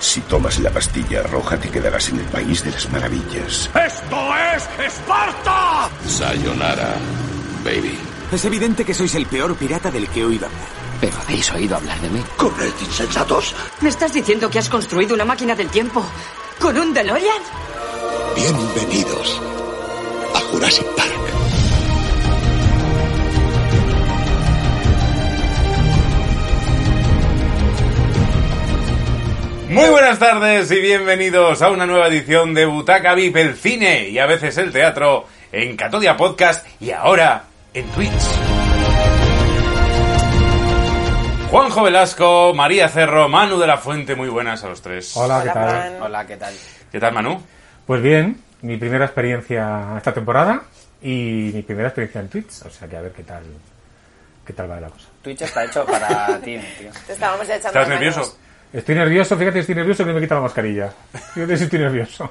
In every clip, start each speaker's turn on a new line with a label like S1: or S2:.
S1: Si tomas la pastilla roja te quedarás en el país de las maravillas.
S2: ¡Esto es Esparta!
S3: Sayonara, baby.
S4: Es evidente que sois el peor pirata del que he oído hablar.
S5: ¿Pero habéis oído hablar de mí?
S6: ¡Corred, insensatos!
S7: ¿Me estás diciendo que has construido una máquina del tiempo con un DeLorean?
S6: Bienvenidos a Jurassic Park.
S8: Muy buenas tardes y bienvenidos a una nueva edición de Butaca VIP, el cine y a veces el teatro en Catodia Podcast y ahora en Twitch. Juanjo Velasco, María Cerro, Manu de la Fuente, muy buenas a los tres.
S9: Hola, ¿qué tal?
S10: Hola, ¿qué tal?
S8: ¿Qué tal, Manu?
S9: Pues bien, mi primera experiencia esta temporada y mi primera experiencia en Twitch, o sea que a ver qué tal qué tal va la cosa.
S10: Twitch está hecho para ti, tío.
S11: Te estábamos echando
S8: ¿Estás
S11: de menos.
S8: nervioso?
S9: Estoy nervioso, fíjate, estoy nervioso que me quita la mascarilla. Fíjate si estoy nervioso.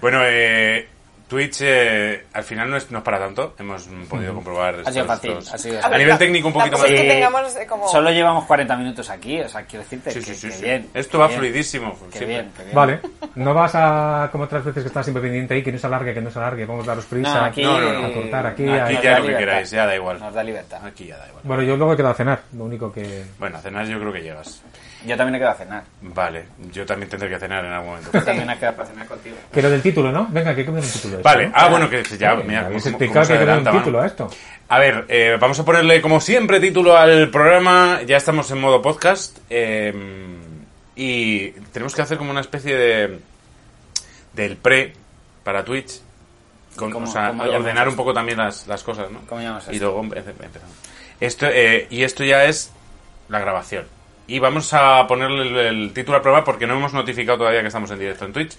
S8: Bueno, eh, Twitch eh, al final no es, no es para tanto. Hemos podido comprobar.
S10: Ha sido
S8: estos-
S10: fácil,
S8: estos-
S10: ha sido
S8: A
S10: fácil.
S8: nivel técnico un poquito
S11: Tampoco
S8: más.
S11: es
S10: Sí.
S11: que tengamos eh, como...
S10: Solo llevamos 40 minutos aquí, o sea, quiero decirte
S8: Sí,
S10: que,
S8: sí, sí,
S10: que
S8: sí.
S10: bien.
S8: Esto
S10: que
S8: va
S10: bien,
S8: fluidísimo.
S10: Que
S8: siempre.
S10: bien, que bien.
S9: Vale, no vas a como otras veces que estás siempre pendiente ahí, que no se alargue, que no se alargue, vamos a daros prisa,
S10: No, aquí-
S8: No, no, no.
S9: a cortar aquí.
S8: Aquí
S9: a-
S8: ya
S10: Nos da
S8: lo que
S10: libertad.
S8: queráis, ya da igual.
S10: Nos da libertad.
S8: Aquí ya da igual.
S9: Bueno, yo luego he quedado a cenar, lo único que...
S8: Bueno, a cenar yo creo que llegas.
S10: Yo también he quedado a cenar.
S8: Vale, yo también tendré que cenar en algún momento.
S10: Tú también has quedado para cenar contigo.
S9: Que lo del título, ¿no? Venga, que cambiar el título. de esto,
S8: Vale,
S9: ¿no?
S8: ah, bueno, que ya. Mira,
S9: Eh,
S8: cómo-
S9: habéis
S8: cómo-
S9: explicado
S8: cómo se
S9: que era un
S8: adelanta, Manu.
S9: título a esto.
S8: A ver, eh, vamos a ponerle como siempre título al programa. Ya estamos en modo podcast. eh, y tenemos que hacer como una especie de. del pre para Twitch. Con-
S10: ¿Cómo-
S8: o sea,
S10: cómo llamamos
S8: ordenar un
S10: esto?
S8: poco también las, las cosas, ¿no?
S10: ¿Cómo llamamos
S8: Y
S10: esto?
S8: luego empe- empezamos. Esto, eh, y esto ya es la grabación. Y vamos a ponerle el, el título a prueba porque no hemos notificado todavía que estamos en directo en Twitch.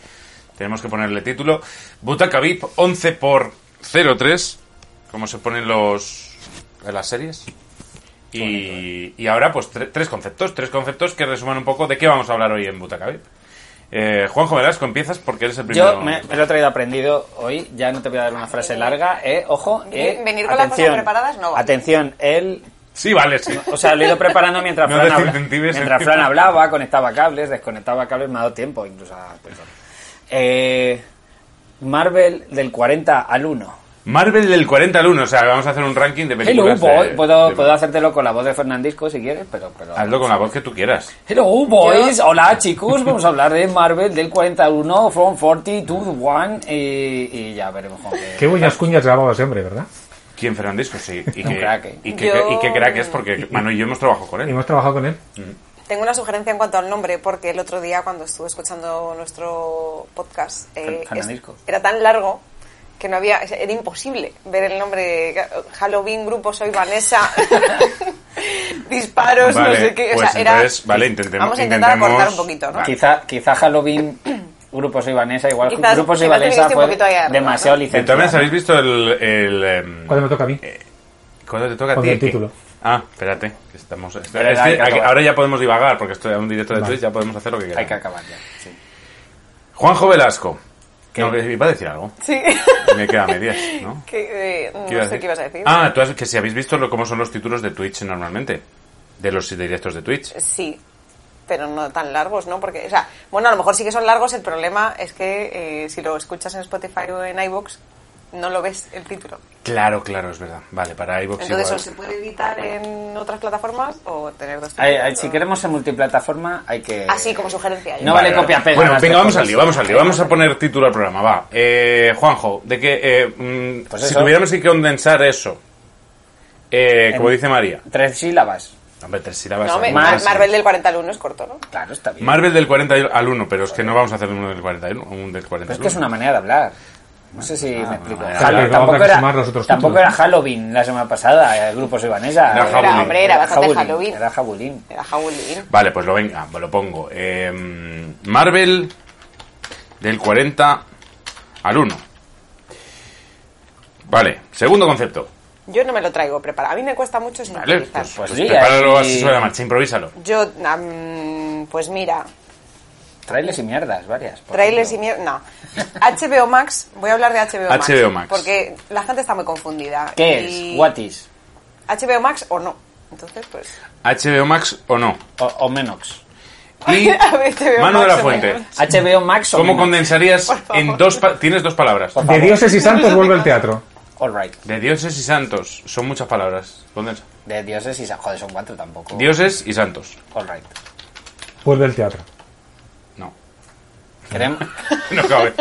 S8: Tenemos que ponerle título. Butaca VIP 11 por 03 como se ponen los en las series. Y,
S10: eh.
S8: y ahora, pues, tre- tres conceptos. Tres conceptos que resuman un poco de qué vamos a hablar hoy en Butaca VIP. Eh, Juanjo Velasco, empiezas porque eres el primero.
S10: Yo me, me lo he traído aprendido hoy, ya no te voy a dar una frase larga, eh, ojo, eh,
S11: Venir con las cosas
S10: atención,
S11: preparadas no vale.
S10: Atención, él
S8: Sí, vale, sí.
S10: O sea, lo he ido preparando mientras,
S8: No ¿eh?
S10: Fran, habla-
S8: desincentives.
S10: mientras Fran hablaba, conectaba cables, desconectaba cables, me ha dado tiempo incluso a pensar. Eh, Marvel del 40 al 1.
S8: Marvel del 40 al 1, o sea, vamos a hacer un ranking de
S10: Hello,
S8: películas.
S10: boy.
S8: de-
S10: Puedo,
S8: de-
S10: puedo hacértelo con la voz de Fernandisco si quieres, pero... pero...
S8: Hazlo con la voz que tú quieras.
S10: Hello, boys. Hola, chicos. Vamos a hablar de Marvel del 41, From 40 to 1 y, y ya veremos con qué...
S9: Qué buenas cuñas grababa siempre, ¿verdad?
S8: ¿Quién Fernandisco? Sí. Y
S10: Un
S8: que,
S10: crack, eh.
S8: y que,
S11: Yo-
S8: y que crack es porque Manu y yo hemos trabajado con
S9: Y
S8: él.
S9: hemos trabajado con él.
S11: Tengo una sugerencia en cuanto al nombre, porque el otro día cuando estuve escuchando nuestro podcast eh,
S10: Fer- Fernandisco.
S11: es- era tan largo que no había, o sea, era imposible ver el nombre Halloween Grupo Soy Vanessa, disparos, no
S8: Vale,
S11: sé qué, o
S8: pues
S11: sea, era-
S8: entonces, vale, intentem-
S11: vamos a intentar
S8: intentemos-
S11: acortar un poquito, ¿no?
S8: Vale.
S10: Quizá, quizá Halloween, Grupo Soy Vanessa, igual
S11: Quizás
S10: Grupo Soy
S11: igual te
S10: Vanessa
S11: viste un
S10: fue
S11: poquito ahí arriba,
S10: demasiado
S11: ¿no?
S8: ¿Y
S10: licenciado.
S8: también habéis visto el... el em,
S9: Cuando me toca a mí.
S8: ¿Cuándo te toca a ti?
S9: Cuando el
S8: ¿Qué?
S9: título.
S8: Ah, espérate. que estamos... es que
S10: Espera, hay que
S8: aquí-
S10: acabar.
S8: ahora ya podemos divagar, porque estoy en un directo de
S9: Vale.
S8: Twitch, ya podemos hacer lo que
S10: Hay que
S8: queramos.
S10: acabar ya. sí.
S8: Juanjo Velasco.
S10: ¿Qué?
S8: No, que iba a decir algo.
S11: Sí.
S8: Me queda medias, ¿no?
S11: Que, eh,
S8: ¿Qué
S11: no
S8: iba
S11: sé qué ibas a decir.
S8: Ah, tú has- que si habéis visto lo, cómo son los títulos de Twitch normalmente. De los directos de Twitch.
S11: Sí, pero no tan largos, ¿no? Porque, o sea, bueno, a lo mejor sí que son largos, el problema es que eh, si lo escuchas en Spotify o en iVoox, no lo ves el título.
S8: Claro, claro, es verdad. Vale, para
S10: Pues
S8: iVoox
S11: Entonces,
S8: igual.
S11: o se puede editar en otras plataformas o tener dos
S10: Hay-
S11: títulos.
S10: hay- si
S11: o-
S10: queremos ser multiplataforma, hay que.
S11: Así, como sugerencia. yo
S10: No
S11: creo.
S10: vale copia-pega
S8: Bueno,
S10: las
S8: venga,
S10: dos
S8: vamos al
S10: cosas.
S8: lío, vamos al lío. Vamos a poner título al programa, va. Eh, Juanjo, de que eh, mm,
S10: Pues
S8: si
S10: eso.
S8: tuviéramos que condensar eso, eh, como
S10: En-
S8: dice María.
S10: Tres sílabas.
S8: Hombre, tres sílabas.
S11: No, me-
S8: algunas
S11: Mar-
S8: sí.
S11: Marvel del 40 al 1 es corto, ¿no?
S10: Claro, está bien.
S8: eh. Marvel del 40 al 1, pero es que no vamos a hacer uno del 41, un del 41.
S10: Pero es que es una manera de hablar. No sé si me explico.
S8: manera de
S10: Claro,
S9: hablar. Vamos
S10: tampoco
S9: a
S10: era,
S9: sumar los otros
S10: tampoco
S9: títulos.
S10: era Halloween la semana pasada, eh, el grupo Soy Vanessa.
S8: Era Jabulín.
S11: hombre, era bastante
S10: Jabulín,
S11: Halloween.
S10: Era Jabulín.
S11: Era Jaulín.
S8: Vale, pues lo venga, lo pongo. Eh, Marvel del 40 al 1. Vale, segundo concepto.
S11: Yo no me lo traigo preparado. A mí me cuesta mucho
S8: Vale,
S11: sintetizar.
S8: pues, pues
S10: sí,
S8: prepáralo
S10: así-
S8: así sobre la marcha, improvísalo.
S11: Yo, na- mm, pues mira,
S10: Trailers y mierdas, varias. por
S11: Trailers y
S10: ejemplo.
S11: mierda. No. HBO Max, voy a hablar de HBO Max.
S8: HBO Max.
S11: Porque la gente está muy confundida.
S10: ¿Qué
S11: Y
S10: es? ¿What is?
S11: HBO Max o no. Entonces, pues.
S8: HBO Max o no.
S10: O, o Menox.
S8: Y
S11: A ver, te veo
S8: Mano de
S11: más
S8: la
S11: o
S8: Fuente.
S11: menos.
S10: HBO Max o
S8: ¿Cómo
S10: menos.
S8: condensarías
S11: Por favor.
S8: en dos... pa- Tienes dos palabras.
S9: De dioses y santos vuelve al teatro.
S10: All right.
S8: De dioses y santos. Son muchas palabras. Condensa.
S10: De dioses y... sa- Joder, son cuatro tampoco.
S8: Dioses y santos.
S10: All right.
S9: Vuelve al Pues teatro.
S8: No.
S10: Queremos...
S8: No cabe.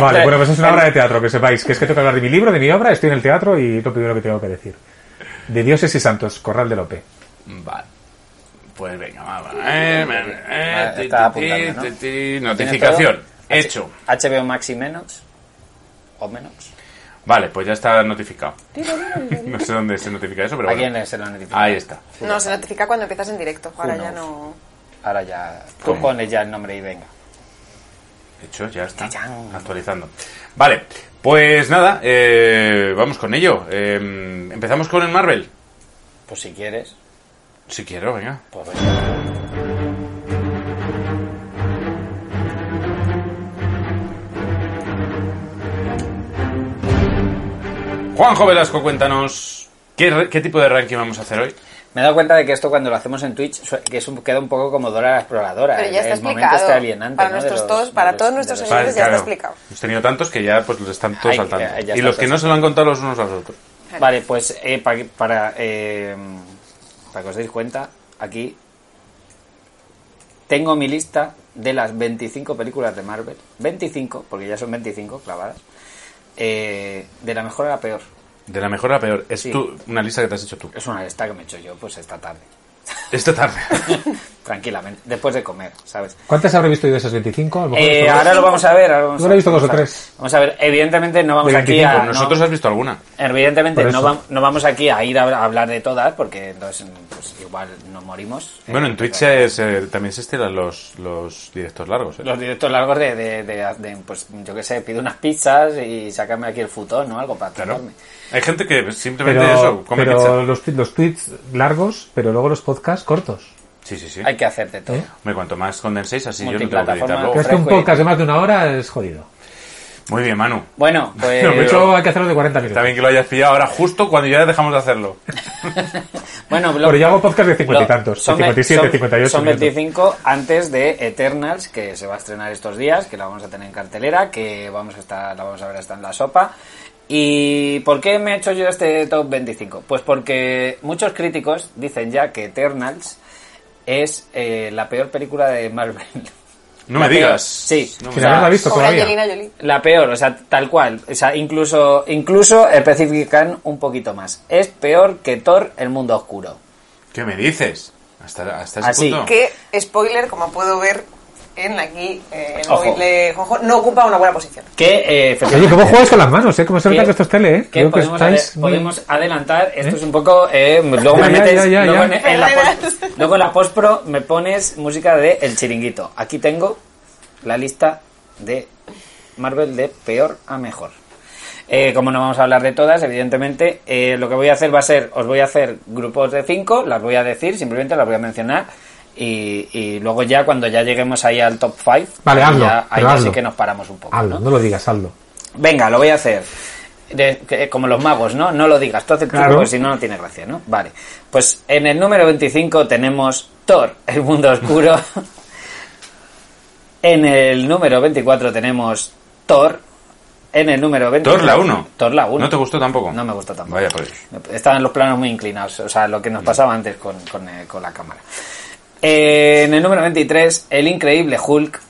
S9: Vale, bueno, pues es una obra de teatro, que sepáis, que es que tengo que hablar de mi libro, de mi obra, estoy en el teatro y es lo primero que tengo que decir. De dioses y santos, Corral de Lope.
S8: Vale. Pues venga, va, va. Eh, eh, eh, ti,
S10: estaba
S8: ti, ti,
S10: apuntando, ¿no? Ah,
S8: ti, ti. Notificación.
S10: ¿Tienes
S8: Hecho.
S10: todo? H- HBO Max y menos. O menos.
S8: Vale, pues ya está notificado. No sé dónde se notifica eso, pero
S10: ¿A quién
S8: bueno.
S10: se lo han notificado?
S8: Ahí está.
S11: No, se notifica cuando empiezas en directo. Ahora
S10: Who
S11: ya
S10: knows?
S11: no.
S10: Ahora ya. Tú
S8: ¿Cómo?
S10: pones ya el nombre y venga.
S8: Hecho, ya está.
S10: Chachán.
S8: Actualizando. Vale, pues nada, eh, vamos con ello. Eh, empezamos con el Marvel.
S10: Pues si quieres.
S8: Si quiero, venga.
S10: Pues venga.
S8: Juanjo Velasco, cuéntanos. ¿Qué, re- qué tipo de ranking vamos a hacer hoy?
S10: Me he dado cuenta de que esto cuando lo hacemos en Twitch su- que es un- queda un poco como Dora la exploradora.
S11: Pero ya
S10: el,
S11: está
S10: el momento
S11: explicado.
S10: este alienante.
S11: Para
S10: ¿no? de
S11: nuestros
S10: los-
S11: todos-
S10: de
S11: para
S10: los-
S11: todos nuestros
S10: de los-
S11: señores. Entonces Pues ya está explicado.
S8: Hemos tenido tantos que ya pues los están todos
S10: Ay,
S8: saltando.
S10: ya- ya
S8: y
S10: está
S8: los que
S10: todo
S8: no se lo han contado los unos a los otros.
S10: Vale, pues eh, pa- para, eh, para que os deis cuenta, aquí tengo mi lista de las 25 películas de Marvel. 25, porque ya son 25 clavadas. eh, de la mejor a la peor.
S8: De la mejor a la peor. Es
S10: Sí.
S8: tú- una lista que te has hecho tú.
S10: Es una lista que me he hecho yo pues esta tarde.
S8: Esta tarde.
S10: Tranquilamente, después de comer, ¿sabes?
S9: ¿Cuántas habré visto yo de esas 25? A lo mejor
S10: Eh,
S9: solo-
S10: ahora lo vamos a ver. Ahora vamos
S9: Yo
S10: a
S9: lo he visto
S10: ver,
S9: dos o
S10: vamos a ver.
S9: tres.
S10: Vamos a ver, evidentemente no vamos
S9: De
S10: aquí
S9: 25,
S10: a.
S8: Con nosotros
S10: no-
S8: has visto alguna.
S10: Evidentemente
S9: Por
S10: no,
S9: eso.
S10: vam- no vamos aquí a ir a, a hablar de todas porque entonces pues, igual nos morimos.
S8: Bueno,
S10: Eh,
S8: en Twitch
S10: pero-
S8: se- se- también se estilan los, los directos largos. ¿eh?
S10: Los directos largos de, de- de- de, pues yo qué sé, pido unas pizzas y sacarme aquí el futón o algo para
S8: Claro.
S10: tomarme.
S8: Hay gente que simplemente
S9: Pero,
S8: eso, come
S9: pero
S8: pizza.
S9: los, tu- los tweets largos, pero luego los podcasts cortos.
S8: Sí, sí, sí.
S10: Hay que hacer de todo.
S9: ¿Eh?
S8: Hombre, cuanto más condenséis, así yo no tengo que
S10: Multiplataforma.
S8: editar luego.
S9: Pero es que un
S10: fresco y-
S9: podcast de más de una hora es jodido.
S8: Muy bien, Manu.
S10: Bueno, pues
S9: De hecho, hay que hacerlo de 40 minutos.
S8: Está bien que lo hayas pillado ahora justo cuando ya dejamos de hacerlo.
S10: bueno, lo-
S9: Pero yo hago podcast de 50 y
S10: lo-
S9: tantos.
S10: son ve-
S9: 57,
S10: son-
S9: 58.
S10: Son
S9: minutos.
S10: 25 antes de Eternals, que se va a estrenar estos días, que la vamos a tener en cartelera, que vamos a estar, la vamos a ver hasta en la sopa. ¿Y por qué me he hecho yo este top 25? Pues porque muchos críticos dicen ya que Eternals es eh, la peor película de Marvel.
S8: No me
S10: La peor.
S8: digas.
S10: Sí.
S8: No me
S9: Que
S10: O sea,
S9: no la has visto
S11: Pobre
S9: todavía.
S11: Angelina Jolie.
S10: La peor, o sea, tal cual. O sea, incluso, incluso especifican un poquito más. Es peor que Thor, el mundo oscuro.
S8: ¿Qué me dices? Hasta, hasta ese
S10: Así
S8: punto.
S11: Que, spoiler, como puedo ver en aquí, eh, en
S10: Ojo.
S11: móvil de Jojo, no ocupa una buena posición.
S10: Que, eh, efectivamente-
S9: Oye, ¿cómo juegas con las manos? Eh? ¿Cómo se nota que esto es tele? Eh?
S10: que
S9: Creo que
S10: podemos,
S9: estáis
S10: ade-
S9: muy-
S10: podemos adelantar. Esto es un poco. eh, luego
S9: Ya,
S10: me
S9: ya,
S10: metes.
S9: ya, ya,
S10: luego,
S9: ya.
S10: En, en la
S11: Perderas.
S10: post, luego en la postpro me pones música de El Chiringuito. Aquí tengo la lista de Marvel de peor a mejor. Eh, como no vamos a hablar de todas, evidentemente, eh, lo que voy a hacer va a ser, os voy a hacer grupos de cinco, las voy a decir, simplemente las voy a mencionar, y, y luego ya cuando ya lleguemos ahí al top 5,
S9: Vale, hazlo,
S10: ya, ahí
S9: pero
S10: ya sí
S9: hazlo.
S10: que nos paramos un poco. ¿no?
S9: Hazlo, no lo digas, hazlo.
S10: Venga, lo voy a hacer. De- que- eh, como los magos, ¿no? No lo digas, tú haces
S9: Claro.
S10: porque si no, no tiene gracia, ¿no? Vale. Pues en el número 25 tenemos Thor, el mundo oscuro. en el número 24 tenemos Thor. En el número 25...
S8: Thor la 1.
S10: Thor la 1.
S8: No te gustó tampoco.
S10: No me gustó tampoco.
S8: Vaya, pues.
S10: Estaban los planos muy inclinados, o sea, lo que nos pasaba antes con, con, eh, con la cámara. Eh, en el número 23, el increíble Hulk,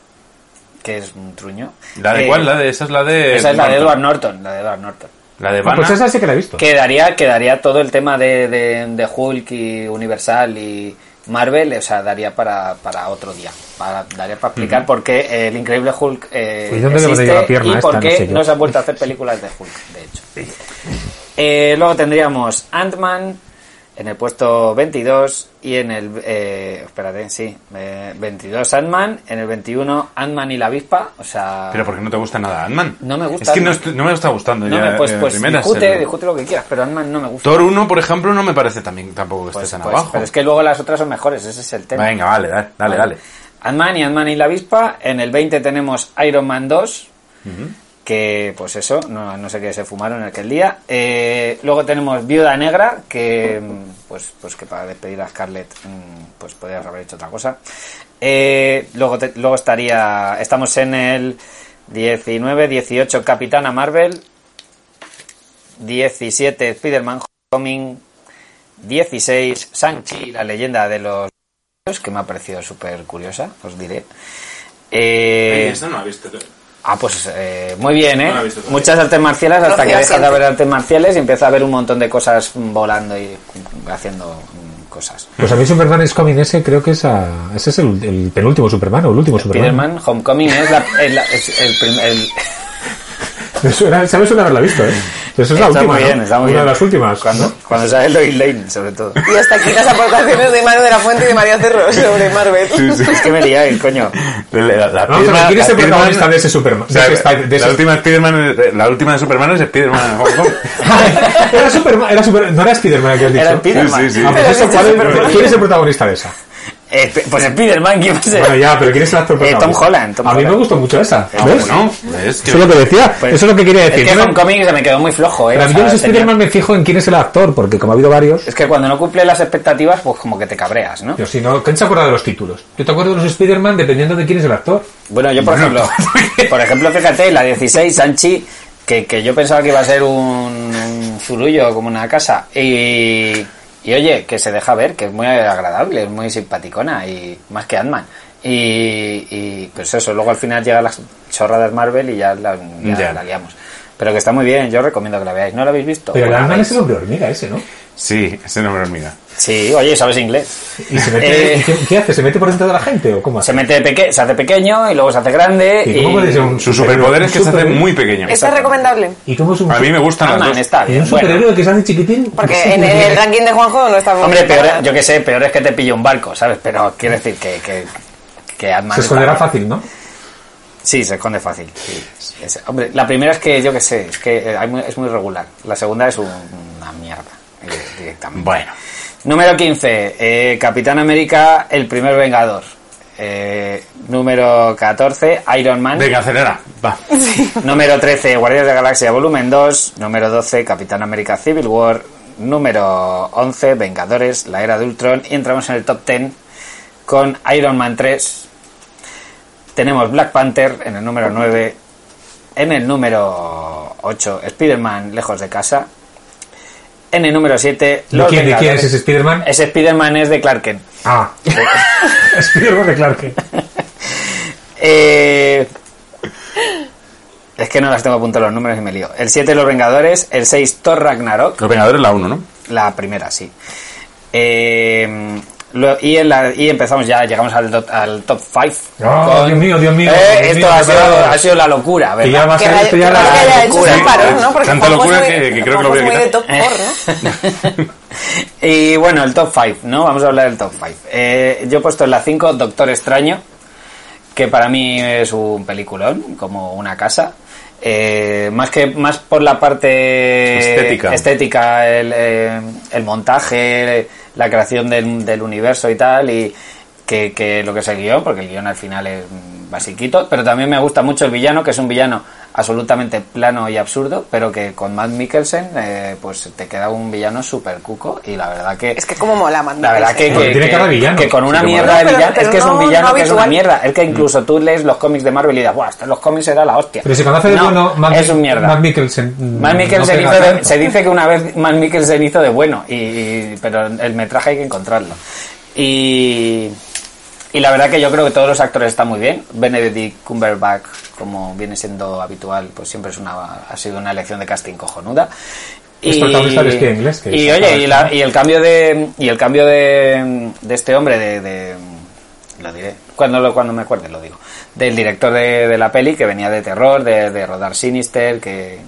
S10: que es un truño.
S8: ¿La de
S10: Eh,
S8: cuál? La de, esa es la de.
S10: esa es la de Edward Norton, la de Edward Norton.
S8: La de
S9: Ah,
S8: Vanna.
S9: pues esa sí que la he visto.
S10: Quedaría, quedaría todo el tema de, de, de Hulk y Universal y Marvel, o sea, daría para, para otro día. Para, daría para explicar por qué el increíble Hulk eh,
S9: Uy, Pues, ¿dónde le
S10: existe
S9: pondría la pierna
S10: y
S9: esta?
S10: por
S9: No
S10: qué
S9: sé yo.
S10: no se han vuelto a hacer películas de Hulk, de hecho. Eh, luego tendríamos Ant-Man en el puesto 22 y en el... Eh, espérate, sí. eh, 22 Ant-Man, en el 21 Ant-Man y la avispa, o sea...
S8: Pero porque no te gusta nada Ant-Man.
S10: No me gusta
S8: Es que no,
S10: Ant-Man.
S8: estoy- no me está gustando
S10: No,
S8: ya.
S10: no, pues,
S8: eh,
S10: pues
S8: primeras,
S10: discute,
S8: el-
S10: discute lo que quieras, pero Ant-Man no me gusta.
S8: Thor 1, por ejemplo, no me parece también tampoco que
S10: Pues,
S8: estés tan
S10: pues,
S8: abajo.
S10: Pero es que este- luego las otras son mejores, ese es el tema.
S8: Venga, vale, dale, dale. dale.
S10: Ant-Man y Ant-Man y la avispa. En el 20 tenemos Iron Man 2. que pues eso, no, no sé qué se fumaron aquel día. Eh, luego tenemos Viuda Negra, que mm, pues, pues que para despedir a Scarlett mm, pues podrías haber hecho otra cosa. Eh, luego, te- luego estaría, estamos en el 19, 18 Capitana Marvel, 17 Spider-Man Homecoming, 16 Sanchi, la leyenda de los... que me ha parecido súper curiosa, os diré. Eh,
S12: Esta no la he visto.
S10: Ah, pues eh, muy bien, ¿eh?
S12: No la he visto todavía.
S10: Muchas artes marciales hasta
S11: Gracias,
S10: que dejas de
S11: gente.
S10: haber artes marciales y empieza a haber un montón de cosas mm, volando y mm, haciendo mm, cosas.
S9: Pues a mí Superman is Coming ese creo que es a- ese es el, el penúltimo Superman o el último Superman.
S10: Spider-Man Homecoming es, la, es la- es el prim- el-
S9: Me suena- Se me suena haberla visto, ¿eh? Eso es la
S10: está
S9: última,
S10: muy
S9: ¿no?
S10: bien, está muy
S9: Una
S10: bien.
S9: de las últimas,
S10: Cuando,
S9: ¿no?
S10: cuando sale Lois Lane, sobre todo.
S11: Y hasta aquí las aportaciones de Mario de la Fuente y de María Cerro sobre Marvel.
S10: Es que me liáis, coño.
S8: La, la
S9: Vamos a ver,
S8: firma-
S9: ¿quién es el
S8: la firma-
S9: protagonista de ese Superman?
S8: O sea,
S9: De ese Spider- de
S8: la,
S9: ese-
S8: última Spiderman- la última de Superman es Spiderman en Hong Kong.
S9: Era Superman, era Superman, no era Spider-Man el que has dicho.
S10: Era Spider-Man.
S8: Sí, sí, sí.
S9: Ah, pues
S11: Pero
S9: eso,
S11: ese
S9: ¿cuál es-
S11: Superman.
S9: ¿Quién es el protagonista de esa?
S10: Eh, pe- pues Spider-Man, ¿quién va a ser?
S9: Bueno, ya, pero ¿quién es el actor
S10: Eh, Tom
S9: protagonista?
S10: Holland, Tom
S9: a mí me
S10: Holland.
S9: gustó mucho esa.
S10: Ah,
S9: ¿Ves?
S8: No, es que
S9: Eso es lo que decía.
S10: Pues,
S9: eso es lo que quería decir.
S10: Es que
S9: Yo me-
S10: Homecoming se me quedó muy flojo, ¿eh?
S9: Pero
S10: O
S9: yo en
S10: sea,
S9: los
S10: tenía-
S9: Spider-Man me fijo en quién es el actor, porque como ha habido varios.
S10: Es que cuando no cumple las expectativas, pues como que te cabreas, ¿no?
S9: Yo, si no, ¿quién se acuerda de los títulos? Yo te acuerdo de los Spider-Man dependiendo de quién es el actor.
S10: Bueno, yo por ejemplo, por ejemplo, fíjate, la 16, Sanchi, que, que yo pensaba que iba a ser un, un zurullo como una casa. Y, y oye, que se deja ver, que es muy agradable, es muy simpaticona, y más que Ant-Man. Y, y, pues eso, luego al final llegan las chorradas Marvel y ya la, ya
S8: Ya.
S10: la liamos. Pero que está muy bien, yo recomiendo que la veáis. ¿No la habéis visto?
S9: Pero el
S10: Pues la
S9: Ant-Man
S10: veis.
S9: es el hombre hormiga ese, ¿no?
S8: Sí, ese nombre es mira.
S10: Sí, oye, ¿sabes inglés?
S9: ¿Y se mete-
S10: Eh.
S9: ¿y qué, qué hace? ¿Se mete por dentro de la gente o cómo hace?
S10: Se, mete peque se hace pequeño y luego se hace grande.
S9: ¿Y cómo puede ser un
S8: Su superpoder
S9: superhéroe?
S8: es que se hace
S9: Superhéroe.
S8: muy pequeño.
S11: ¿Eso es recomendable?
S9: ¿Y cómo es un,
S8: A mí me gustan las
S10: Ant-Man
S8: dos.
S10: está
S9: ¿Y un
S10: bien. bueno.
S9: superhéroe que se hace chiquitín? pues,
S11: Porque en, en el ranking de Juanjo no está muy
S10: Hombre, peor, eh,
S11: preparado.
S10: yo que sé, peor es que te pille un barco, ¿sabes? Pero quiero decir que, que, que Ant-Man
S9: Se
S10: está-
S9: esconderá fácil, ¿no?
S10: Sí, se esconde fácil. sí. Es- hombre, la primera es que yo que sé, es que eh, hay muy- es muy regular. La segunda es un- una mierda, eh, directamente.
S8: Bueno.
S10: Número 15, eh, Capitán América, el primer Vengador. Eh, número 14, Iron Man.
S8: Venga, acelera. Va.
S10: Número 13, Guardias de la Galaxia Volumen 2. Número 12, Capitán América Civil War. Número 11, Vengadores, la era de Ultron. Y entramos en el top 10 con Iron Man 3. Tenemos Black Panther en el número 9. En el número 8, Spider-Man lejos de casa. En el número 7,
S9: ¿De
S10: Los
S9: quién- de quién
S10: Vengadores.
S9: es ese Spider-Man?
S10: Ese Spider-Man es de Clark Kent.
S9: Ah. Spider-Man de Clark. Kent.
S10: Eh, es que no las tengo apuntados los números y me lío. El 7 Los Vengadores, el 6 Thor Ragnarok,
S8: Los Vengadores la 1, ¿no?
S10: la primera, sí. Eh, lo- y, en la- y empezamos ya, llegamos al, do- al top 5.
S9: No, Ah, Dios mío, Dios mío, Dios
S10: esto
S9: mío,
S10: ha,
S9: qué
S10: sido,
S9: bárbaro.
S10: ha sido la locura,
S9: Que ya
S10: ¿verdad?
S9: va a
S11: Que
S9: ser
S11: haya,
S9: esto ya
S11: que
S9: la-
S11: Rafael haya hecho
S10: locura.
S11: un parón, ¿no? Porque
S8: Tanta
S11: Juanjo es
S8: locura
S11: muy-
S8: que- que creo que lo
S11: Juanjo
S8: voy a
S11: es muy de
S8: quitar.
S11: top four, ¿no?
S10: Y bueno, el top 5, ¿no? Vamos a hablar del top 5. yo he puesto en la 5 Doctor Extraño, que para mí es un peliculón, como una casa. Eh, más que más por la parte
S8: Estética.
S10: estética, el, eh, el montaje, la creación del, del universo y tal, y que, que lo que es el guión, porque el guión al final es mm, basiquito, pero también me gusta mucho el villano, que es un villano absolutamente plano y absurdo, pero que con Matt Mikkelsen eh, pues te queda un villano súper cuco y la verdad que...
S11: Es que como mola, man.
S10: La verdad que,
S9: Porque
S10: que-
S9: tiene
S10: que-
S9: cara de villano.
S10: que con una
S9: Sí, que
S10: mierda
S11: mola.
S10: de
S11: Pero-
S10: villano.
S11: pero
S10: es que es un
S11: no-
S10: villano
S11: no
S10: que es una
S11: habitual.
S10: mierda. Es que
S9: Mm.
S10: incluso tú lees los cómics de Marvel y dices, ¡buah! esto en los cómics era la hostia.
S9: Pero si cuando hace de
S10: No,
S9: bueno, Matt,
S10: es un mierda.
S9: Matt Mikkelsen. mm,
S10: Matt Mikkelsen
S9: no
S10: hizo
S9: pega
S10: de-
S9: tanto.
S10: se dice que una vez Matt Mikkelsen hizo de bueno, y, y- pero el metraje hay que encontrarlo. Y, y la verdad que yo creo que todos los actores están muy bien. Benedict Cumberbatch, como viene siendo habitual, pues siempre es una, ha sido una elección de casting cojonuda.
S9: Es protagonista del espía inglés, que
S10: y
S9: es-
S10: oye, y, la- y el cambio de y el cambio de, de este hombre de, de- lo diré cuando lo, cuando me acuerde lo digo del director de, de la peli que venía de terror de, de rodar Sinister que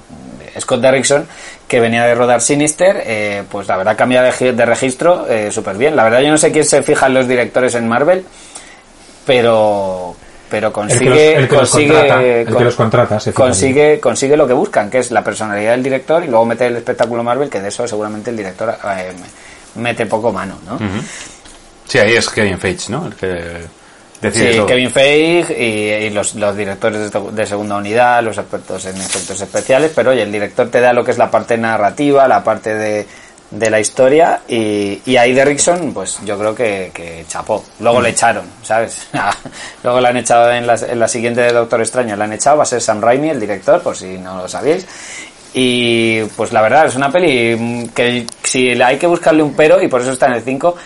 S10: Scott Derrickson que venía de rodar Sinister eh, pues la verdad cambia de, gi- de registro súper bien la verdad yo no sé quién se fijan los directores en Marvel pero pero
S9: El que
S10: consigue
S9: los- el que los
S10: consigue
S9: contrata, el que
S10: con-
S9: los contrata, se fija
S10: consigue consigue lo que buscan que es la personalidad del director y luego mete el espectáculo Marvel que de eso seguramente el director eh, mete poco mano no
S8: Sí, ahí es Kevin Feige, ¿no? El que Decide
S10: sí,
S8: todo.
S10: Kevin Feige y, y los, los directores de, esta- de segunda unidad, los expertos en efectos especiales, pero oye, el director te da lo que es la parte narrativa, la parte de, de la historia y, y ahí de Rickson, pues yo creo que, que chapó.
S8: Mm.
S10: Luego le echaron, ¿sabes? Luego le han echado en la, en la siguiente de Doctor Extraño, le han echado, va a ser Sam Raimi el director, por si no lo sabíais. Y pues la verdad es una peli mm, que si la hay que buscarle un pero, y por eso está en el 5,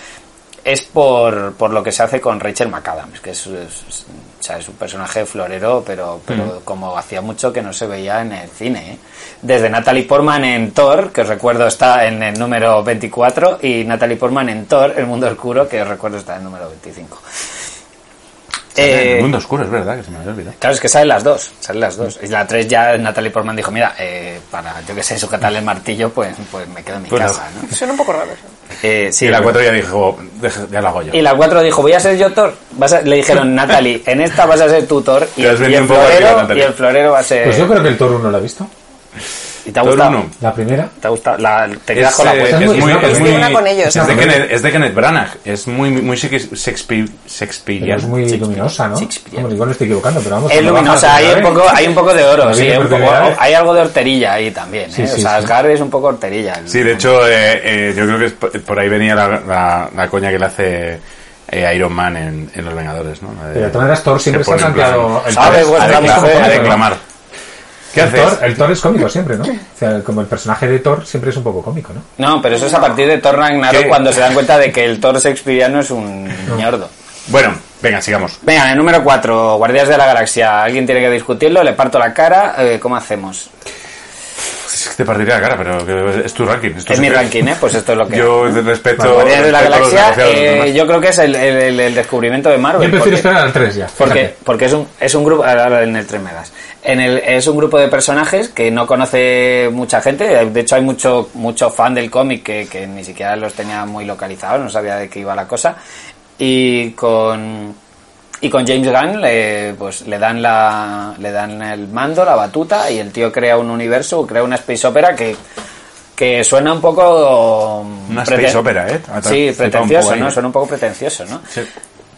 S10: es por, por lo que se hace con Rachel McAdams, que es, es- es- o sea, es un personaje florero, pero, pero como hacía mucho que no se veía en el cine. ¿eh? Desde Natalie Portman en Thor, que os recuerdo está en el número 24, y Natalie Portman en Thor, El Mundo Oscuro, que os recuerdo está en el número 25.
S8: El
S10: Eh,
S8: mundo oscuro, es verdad, que se me había olvidado.
S10: Claro, es que salen las dos, salen las dos. Y la 3 ya Natalie Portman dijo, mira, eh, para yo que sé, sujetarle el martillo, pues, pues me quedo en mi
S8: Pues
S10: casa, ¿no?
S11: Suena un poco raro eso.
S10: Eh, sí,
S8: Y la
S10: pero-
S8: 4 ya dijo, "Deja- ya la hago yo.
S10: Y la 4 dijo, voy a ser yo Thor. Vas a- Le dijeron, Natalie, en esta vas a ser tu Thor. Y,
S8: Te has
S10: y
S8: venido
S10: el
S8: un poco arriba,
S10: florero,
S8: Natalie.
S10: y el florero va a ser...
S9: Pues yo creo que el Toro no lo ha visto.
S10: ¿Y te ha
S8: Thor
S10: gustado?
S8: uno.
S9: La primera.
S10: ¿Te ha gustado? La- te quedas
S8: Es,
S10: con la
S8: eh,
S10: web.
S9: es
S8: es
S9: muy-
S8: muy-
S9: es
S8: es
S9: muy-
S8: muy-
S11: una con ellos,
S8: es de
S11: ¿no?
S8: Kenneth- Es de Kenneth Branagh. Es muy, muy Shakespeare- Shakespeare-
S9: Pero
S8: Shakespearean.
S9: es muy luminosa, ¿no?
S10: Shakespeare.
S9: Hombre, igual me estoy equivocando, pero vamos.
S10: Es
S9: que me baja
S10: luminosa,
S9: la
S10: hay un,
S9: primera
S10: poco,
S9: vez.
S10: hay un poco de oro,
S9: Lo
S10: sí,
S9: vi por
S10: un poco,
S8: ¿eh?
S9: primera vez.
S10: hay algo de horterilla ahí también, ¿eh?
S9: Sí,
S10: o
S9: sí,
S10: sea,
S9: sí.
S10: Asgard es un poco horterilla.
S8: Sí, de hecho, eh, eh, yo creo que es por, por ahí venía la, la- la coña que le hace eh, Iron Man en, en Los Vengadores, ¿no? La de-
S9: Pero de todas maneras, Thor siempre
S8: se
S9: está
S8: pone en plan- "Ah,
S9: planteado. el
S10: Sabe
S9: Thor-
S10: vuestra
S9: a declamar,
S10: mujer.
S8: A
S9: ¿no?
S8: declamar. ¿Qué
S9: El Thor,
S8: haces?
S9: el Thor es cómico siempre, ¿no? O sea, como el personaje de Thor siempre es un poco cómico, ¿no?
S10: No, pero eso es a partir de Thor Ragnarok
S8: ¿Qué?
S10: cuando se dan cuenta de que el Thor shakespeariano es un ñordo.
S8: Bueno, venga, sigamos.
S10: Venga, el número 4, Guardias de la Galaxia. Alguien tiene que discutirlo, le parto la cara. eh, ¿Cómo hacemos?
S8: Es que te partiría la cara, pero que- es tu ranking. Es, tu
S10: Es mi
S8: sección.
S10: ranking, ¿eh? Pues esto es lo que...
S8: Yo respeto...
S10: Bueno, Guardianes de la
S8: respeto a los
S10: Galaxia,
S8: negociados,
S10: eh,
S8: los demás.
S10: yo creo que es el, el- el- el descubrimiento de Marvel.
S9: Yo prefiero
S10: porque-
S9: esperar al 3 ya.
S10: Porque,
S9: fíjate.
S10: porque es un, es un grupo, ahora en el 3 megas, en el, es un grupo de personajes que no conoce mucha gente, de hecho hay mucho, mucho fan del cómic que, que ni siquiera los tenía muy localizados, no sabía de qué iba la cosa, y con, y con James Gunn le, pues, le, dan la, le dan el mando, la batuta, y el tío crea un universo, crea una space opera que, que suena un poco...
S8: Una
S10: preten-
S8: space opera, ¿eh? Ha- ha-
S10: Sí,
S8: flipado un poco
S10: pretencioso,
S8: ahí,
S10: ¿no?
S8: ¿eh?
S10: Suena un poco pretencioso, ¿no?
S8: Sí.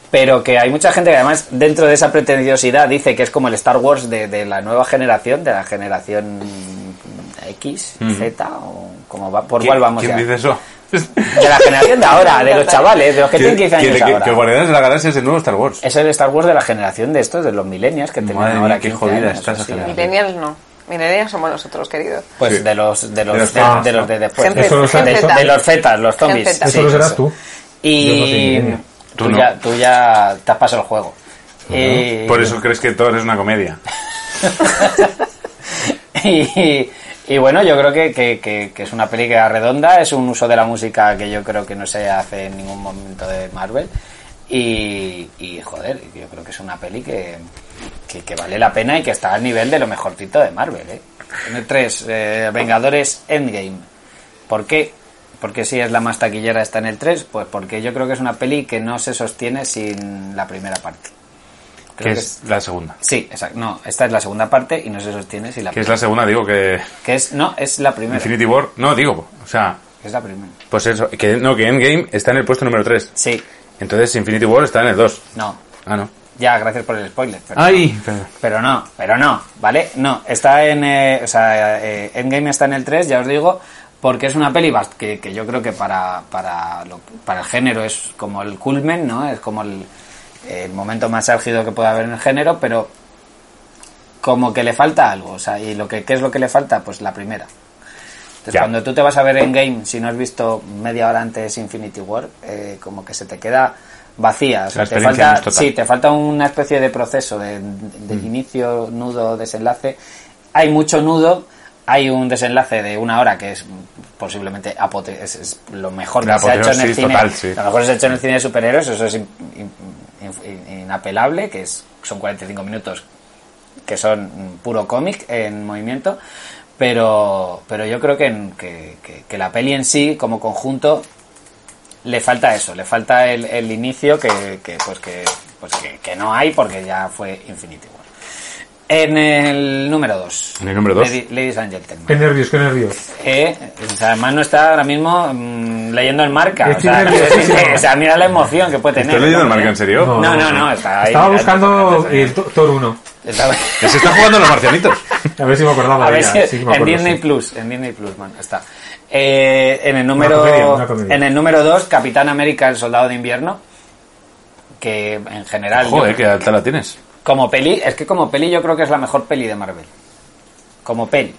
S10: pero que hay mucha gente que además dentro de esa pretenciosidad dice que es como el Star Wars de, de la nueva generación, de la generación X, Z, o como va, por cuál
S8: ¿Quién-
S10: vamos
S8: ¿Quién
S10: ya.
S8: dice eso?
S10: De la generación de ahora, de los chavales, de los que tienen
S8: ¿Quién-
S10: 15
S8: quién-
S10: años
S8: que-
S10: ahora.
S8: Que Guardianes de la Galaxia es el nuevo Star Wars.
S10: Es el Star Wars de la generación de estos, de los millennials que tienen
S8: Madre mía,
S10: ahora
S8: qué
S10: 15
S8: jodida
S10: años,
S8: está esa
S10: así.
S8: generación.
S11: Millennials no. Millennials somos nosotros, queridos.
S10: Pues
S8: Sí.
S10: de los de
S8: De
S10: los
S8: los
S10: de,
S8: fans,
S10: de los
S8: ¿no?
S10: de después.
S11: Gente-
S9: Eso lo
S10: de,
S9: sabe.
S10: de
S11: Zeta.
S10: los fetas, los zombies.
S11: Gente
S9: Eso
S11: Sí,
S9: lo serás tú. Yo no soy
S10: Y
S9: millennial.
S10: tú,
S8: Tú no.
S10: ya, tú ya te has pasado el juego. Y-
S8: Por eso crees que Thor es una comedia.
S10: y, y bueno, yo creo que, que- que- que es una película redonda, es un uso de la música que yo creo que no se hace en ningún momento de Marvel. Y, y, joder, yo creo que es una peli que, que, que vale la pena y que está al nivel de lo mejorcito de Marvel. ¿eh? Tiene tres, eh, Vengadores Endgame. ¿Por qué? Porque si es la más taquillera está en el 3, pues porque yo creo que es una peli que no se sostiene sin la primera parte.
S8: Que
S10: Creo que
S8: es la segunda.
S10: Sí, exacto. No, esta es la segunda parte y no se sostiene sin la
S8: Que es la segunda, digo, que
S10: que es, no, es la primera.
S8: Infinity War... No, digo, o sea...
S10: Es la primera.
S8: Pues eso, que no, que Endgame está en el puesto número 3.
S10: Sí,
S8: Entonces Infinity War está en el 2.
S10: no.
S8: Ah, no.
S10: Ya, gracias por el spoiler. Pero,
S8: Ay, perdón.
S10: pero no, pero no, ¿vale? No, está en. eh, o sea, eh, Endgame está en el 3, ya os digo, porque es una peli bast- que, que yo creo que para, para, lo- para el género es como el culmen, ¿no? Es como el, el momento más álgido que puede haber en el género, pero como que le falta algo. O sea, ¿y lo que, qué es lo que le falta? Pues la primera. Entonces,
S8: Ya.
S10: cuando tú te vas a ver en game, si no has visto media hora antes Infinity War, eh, como que se te queda vacía. O sea,
S8: La
S10: te
S8: experiencia
S10: falta,
S8: no es total.
S10: sí, te falta una especie de proceso de, de inicio, nudo, desenlace. Hay mucho nudo, hay un desenlace de una hora que es posiblemente apote es, es lo mejor que
S8: La
S10: se ha hecho en el
S8: apoteosis
S10: cine.
S8: total, sí.
S10: Lo mejor se ha hecho en el cine de superhéroes, eso es in- in- in- inapelable, que es, son 45 minutos que son mm, puro cómic en movimiento, pero, pero yo creo que, en- que, que- que la peli en sí, como conjunto, le falta eso, le falta el, el inicio que, que, pues que, pues que, que no hay porque ya fue Infinity War. En el número 2.
S8: En el número dos.
S10: Ladies and Gentlemen.
S9: Qué nervios, qué nervios.
S10: Eh, o sea, además no está ahora mismo mm, leyendo el marca. O
S9: Estoy
S10: sea,
S9: nerviosísimo.
S10: o sea, mira la emoción que puede tener.
S8: ¿Estás leyendo el
S10: hombre.
S8: marca en serio?
S10: No, no, no, está ahí.
S9: Estaba
S10: mirando,
S9: buscando
S10: está ahí.
S9: el to- Thor 1.
S10: Estaba-
S8: Que se está jugando los marcianitos.
S9: A ver si me acordaba
S10: A
S9: de
S10: ver
S9: ella.
S10: si-
S9: Ah, Sí, me
S10: en
S9: acuerdo,
S10: Disney
S9: sí.
S10: Plus, en Disney Plus, man, está. Eh, en el número
S9: Una comedia, una comedia.
S10: en el número 2, Capitán América el Soldado de Invierno, que en general yo-
S8: Joder, qué alta la tienes.
S10: como peli, es que como peli yo creo que es la mejor peli de Marvel. Como peli.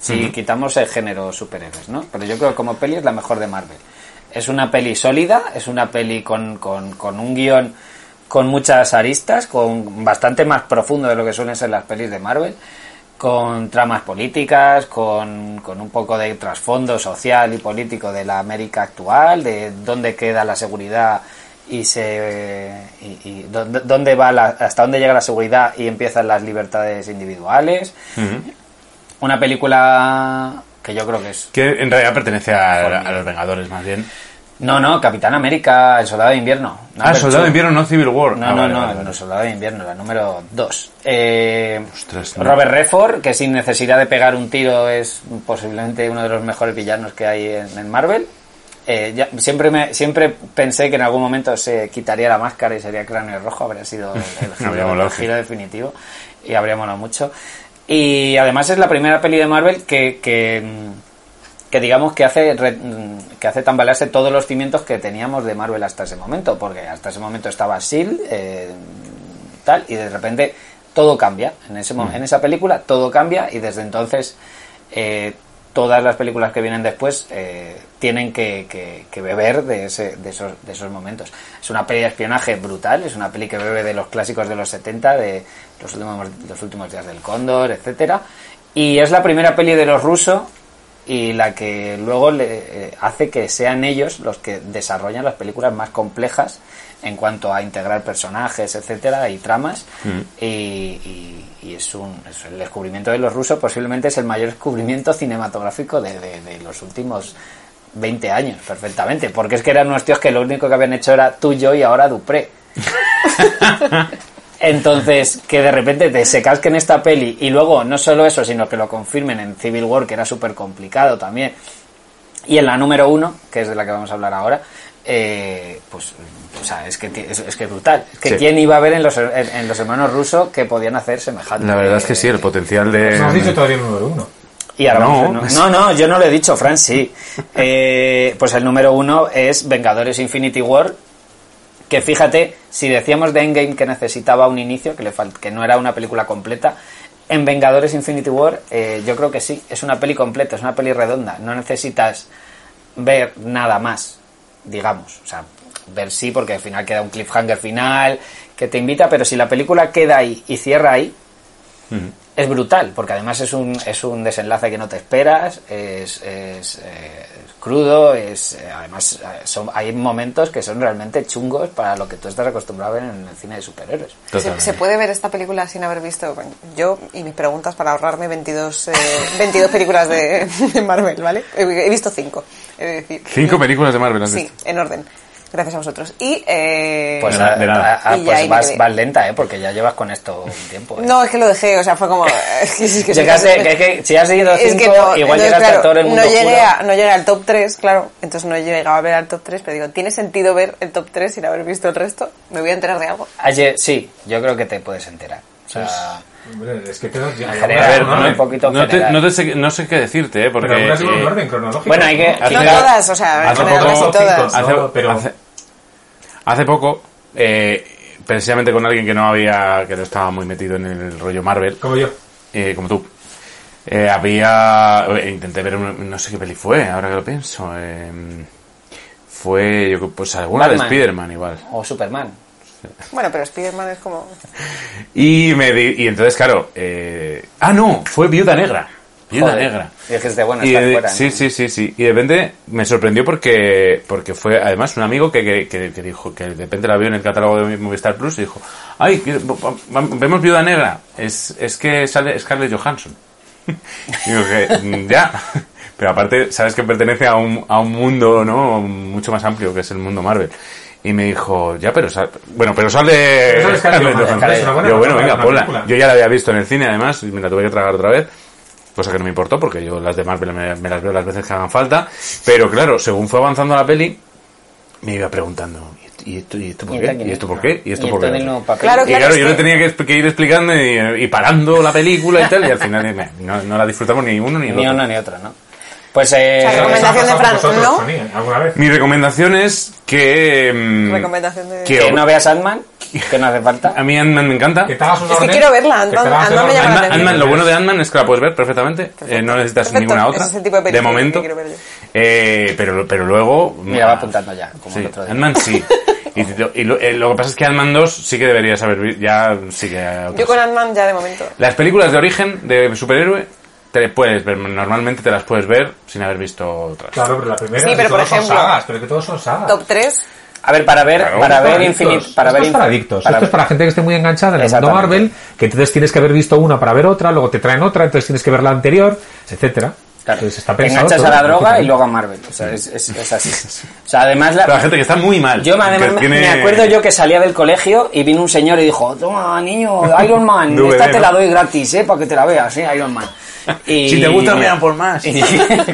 S10: Si quitamos el género superhéroes, ¿no? Pero yo creo que como peli es la mejor de Marvel. Es una peli sólida, es una peli con, con, con un guión con muchas aristas, con bastante más profundo de lo que suelen ser las pelis de Marvel, con tramas políticas, con, con un poco de trasfondo social y político de la América actual, de dónde queda la seguridad y se y, y dónde, dónde va la- hasta dónde llega la seguridad y empiezan las libertades individuales una película que yo creo que es
S8: Que en realidad pertenece a, a los Vengadores, más bien.
S10: no no Capitán América el Soldado de Invierno
S8: Ah,
S10: Number
S8: Soldado
S10: Two.
S8: de Invierno, no Civil War.
S10: no,
S8: Ah,
S10: no,
S8: vale,
S10: no,
S8: vale, vale.
S10: el Soldado de Invierno, la número 2. Eh,
S8: Ostras, no.
S10: Robert Redford, que sin necesidad de pegar un tiro es posiblemente uno de los mejores villanos que hay en, en Marvel. Eh, ya- siempre, me, siempre pensé que en algún momento se quitaría la máscara y sería cráneo rojo, habría sido el, el
S8: Habría
S10: giro,
S8: molado.
S10: el giro definitivo y habría molado mucho. Y además es la primera peli de Marvel que, que, mm, que digamos que hace re- mm, que hace tambalearse todos los cimientos que teníamos de Marvel hasta ese momento, porque hasta ese momento estaba Seal, eh, tal, y de repente todo cambia. En, ese, mo- en esa película todo cambia y desde entonces eh, todas las películas que vienen después eh, tienen que, que- que beber de, ese- de, esos, de esos momentos. Es una peli de espionaje brutal, es una peli que bebe de los clásicos de los 70, de los últimos, los últimos días del cóndor, etcétera Y es la primera peli de los rusos y la que luego le, eh, hace que sean ellos los que desarrollan las películas más complejas en cuanto a integrar personajes, etcétera, y tramas. Y, y- y es un es el descubrimiento de los rusos posiblemente es el mayor descubrimiento cinematográfico de, de- de los últimos 20 años, perfectamente. Porque es que eran unos tíos que lo único que habían hecho era tú, yo y ahora Dupré. Entonces, que de repente te se casquen esta peli y luego no solo eso, sino que lo confirmen en Civil War, que era súper complicado también, y en la número uno, que es de la que vamos a hablar ahora, eh, pues, o sea, es que, ti- es, es que es brutal. Es que
S8: Sí.
S10: quién iba a ver en los, en, en los hermanos rusos que podían hacer semejante.
S8: La verdad es que sí, el potencial de.
S9: No has dicho todavía el número 1.
S10: Y ahora
S8: No.
S10: vamos a- no. no, no, yo no lo he dicho, Fran, sí. Eh, pues el número uno es Vengadores Infinity War. Que fíjate, si decíamos de Endgame que necesitaba un inicio, que, le fal- que no era una película completa, en Vengadores Infinity War eh, yo creo que sí, es una peli completa, es una peli redonda. No necesitas ver nada más, digamos. O sea, ver sí, porque al final queda un cliffhanger final que te invita, pero si la película queda ahí y cierra ahí, es brutal, porque además es un, es un desenlace que no te esperas, es, es, eh, es crudo, es eh, además eh, son, hay momentos que son realmente chungos para lo que tú estás acostumbrado a ver en el cine de superhéroes.
S11: ¿Se, se puede ver esta película sin haber visto bueno, yo y mis preguntas para ahorrarme 22, eh, 22 películas de, de Marvel, ¿vale? He, he visto 5.
S8: Cinco películas de Marvel. has
S11: Sí,
S8: visto.
S11: en orden. Gracias a vosotros. Y. eh,
S10: Pues,
S8: De nada, de nada.
S10: ah, ah,
S11: Y
S10: pues
S11: ahí me
S10: vas,
S11: quedé.
S10: vas lenta, ¿eh? porque ya llevas con esto un
S8: pues.
S10: tiempo. ¿eh?
S11: no, es que lo dejé, o sea, fue como. Es que, es que-
S10: Llegaste- que- que si has seguido
S11: Es que
S10: cinco,
S11: no,
S10: igual
S11: entonces,
S10: llegaste
S11: claro,
S10: a todo el mundo
S11: no llegué,
S10: oscuro.
S11: a- no llegué al top 3, claro. Entonces no he llegado a ver al top 3, pero digo, ¿tiene sentido ver el top 3 sin haber visto el resto? ¿Me voy a enterar de algo?
S10: Ayer, sí, yo creo que te puedes enterar. O sea,
S9: Hombre, es que te das ya. ¿eh?
S10: En general,
S8: A ver,
S10: Ah,
S8: no,
S10: un poquito
S8: no te-
S10: general.
S8: no te sé- no sé qué decirte, ¿eh? Porque.
S9: Pero algunas llevan
S8: eh,
S9: un orden cronológico.
S10: bueno, hay que...
S8: Hace-
S11: No
S10: quizá-
S11: todas, o sea, en
S8: hace
S11: general
S8: poco-
S11: casi todas.
S9: Cinco.
S8: Hace,
S9: No, pero-
S8: hace- hace poco, eh, precisamente con alguien que no había, que no estaba muy metido en el rollo Marvel,
S9: Como yo.
S8: eh, como tú, eh, había, eh, intenté ver, un- no sé qué peli fue, ahora que lo pienso, eh, fue, yo, creo, pues alguna
S10: Batman.
S8: de Spider-Man igual.
S10: O Superman.
S11: Bueno, pero Spider-Man es como.
S8: Y me di- y entonces, claro, eh, ah, no, fue Viuda Negra. Viuda
S10: Joder.
S8: Negra.
S10: Y dijiste, bueno,
S8: Y
S10: estás
S8: de-
S10: fuera. ¿no?
S8: sí, sí, sí, sí. Y de repente me sorprendió porque, porque fue además un amigo que, que, que- que dijo que de repente la vio en el catálogo de Movistar Plus y dijo, ay, que- va- va- vemos Viuda Negra, es, es que sale Scarlett Johansson. Y digo que, "Mm, ya. Pero aparte, sabes que pertenece a un, a un mundo, ¿no? Mucho más amplio que es el mundo Marvel. Y me dijo, ya, pero sal- bueno, pero sale...
S9: Pero sale Scarlett Johansson,
S8: Johansson.
S9: es una buena
S8: yo, bueno,
S9: película,
S8: venga,
S9: es una
S8: ponla.
S9: película.
S8: Yo ya la había visto en el cine, además, y me la tuve que tragar otra vez. Cosa que no me importó, porque yo las demás me, me las veo las veces que hagan falta. Pero claro, según fue avanzando la peli, me iba preguntando, ¿y esto, y esto por qué? ¿Y esto por qué? ¿Y esto por qué?
S10: del nuevo papel.
S11: Claro,
S8: y claro, yo le
S11: es que-
S8: tenía que, que ir explicando y, y parando la película y tal, y al final eh, me- no, no la disfrutamos ni uno ni el
S10: Ni
S8: otro.
S10: una ni otra, ¿no? Pues eh,
S11: O sea,
S9: ¿Os ha
S11: recomendación de
S9: pasado
S11: Fran,
S9: vosotros,
S11: ¿no?
S9: Fanny, ¿Alguna vez?
S8: Mi recomendación es que... mm,
S11: Recomendación de-
S8: que-
S10: que no veas Ant-Man, que no hace falta.
S8: a mí Ant-Man me encanta.
S9: Que te hagas una
S11: Es que
S9: orden,
S11: quiero verla, Ant-Man-
S9: que te hagas
S11: Ant-Man
S9: una
S11: me llama la
S9: orden.
S8: Ant-Man- Ant-Man, lo bueno
S10: Pues
S8: de Ant-Man es que la puedes ver perfectamente, eh, no necesitas
S11: Perfecto,
S8: ninguna otra,
S11: ese es el tipo de película
S8: momento,
S11: que quiero ver yo.
S8: Eh, pero, pero luego...
S10: Mira, va apuntando ya, como
S8: Sí,
S10: el otro día.
S8: Ant-Man sí. Y, lo- y lo, eh, lo que pasa es que Ant-Man 2 sí que deberías haber visto, ya sí que...
S11: Yo con Ant-Man ya de momento.
S8: Las películas de origen de superhéroe te puedes ver, normalmente te las puedes ver sin haber visto otras.
S9: Claro, pero la primera.
S11: Sí,
S9: si
S11: pero por
S9: todos son
S11: ejemplo-
S9: sagas, pero que todos son sagas.
S11: Top 3.
S10: A ver, para ver,
S8: Claro,
S9: Esto
S10: para
S9: es
S10: ver
S9: adictos.
S10: infinito, para ver
S9: Esto es para
S10: infin-
S9: adictos.
S10: para
S9: Esto es
S10: ver-
S9: para gente que esté muy enganchada en el mundo
S10: Exactamente.
S9: Marvel, que entonces tienes que haber visto una para ver otra, luego te traen otra, entonces tienes que ver la anterior, etcétera.
S10: Claro.
S9: Entonces está
S10: Te
S9: pensado
S10: enganchas
S9: todo,
S10: a la droga
S9: lógicamente.
S10: y luego a Marvel. O sea, es, es- es así. O sea, además la-
S8: Pero la gente que está muy mal.
S10: Yo me, además,
S8: que
S10: me-
S8: tiene-
S10: me acuerdo yo que salía del colegio y vino un señor y dijo, toma, niño, Iron Man,
S8: DVD,
S10: esta te la
S8: ¿no?
S10: doy gratis, eh, para que te la veas, eh, Iron Man. Y-
S8: Si te gusta, me dan por más.
S10: Y-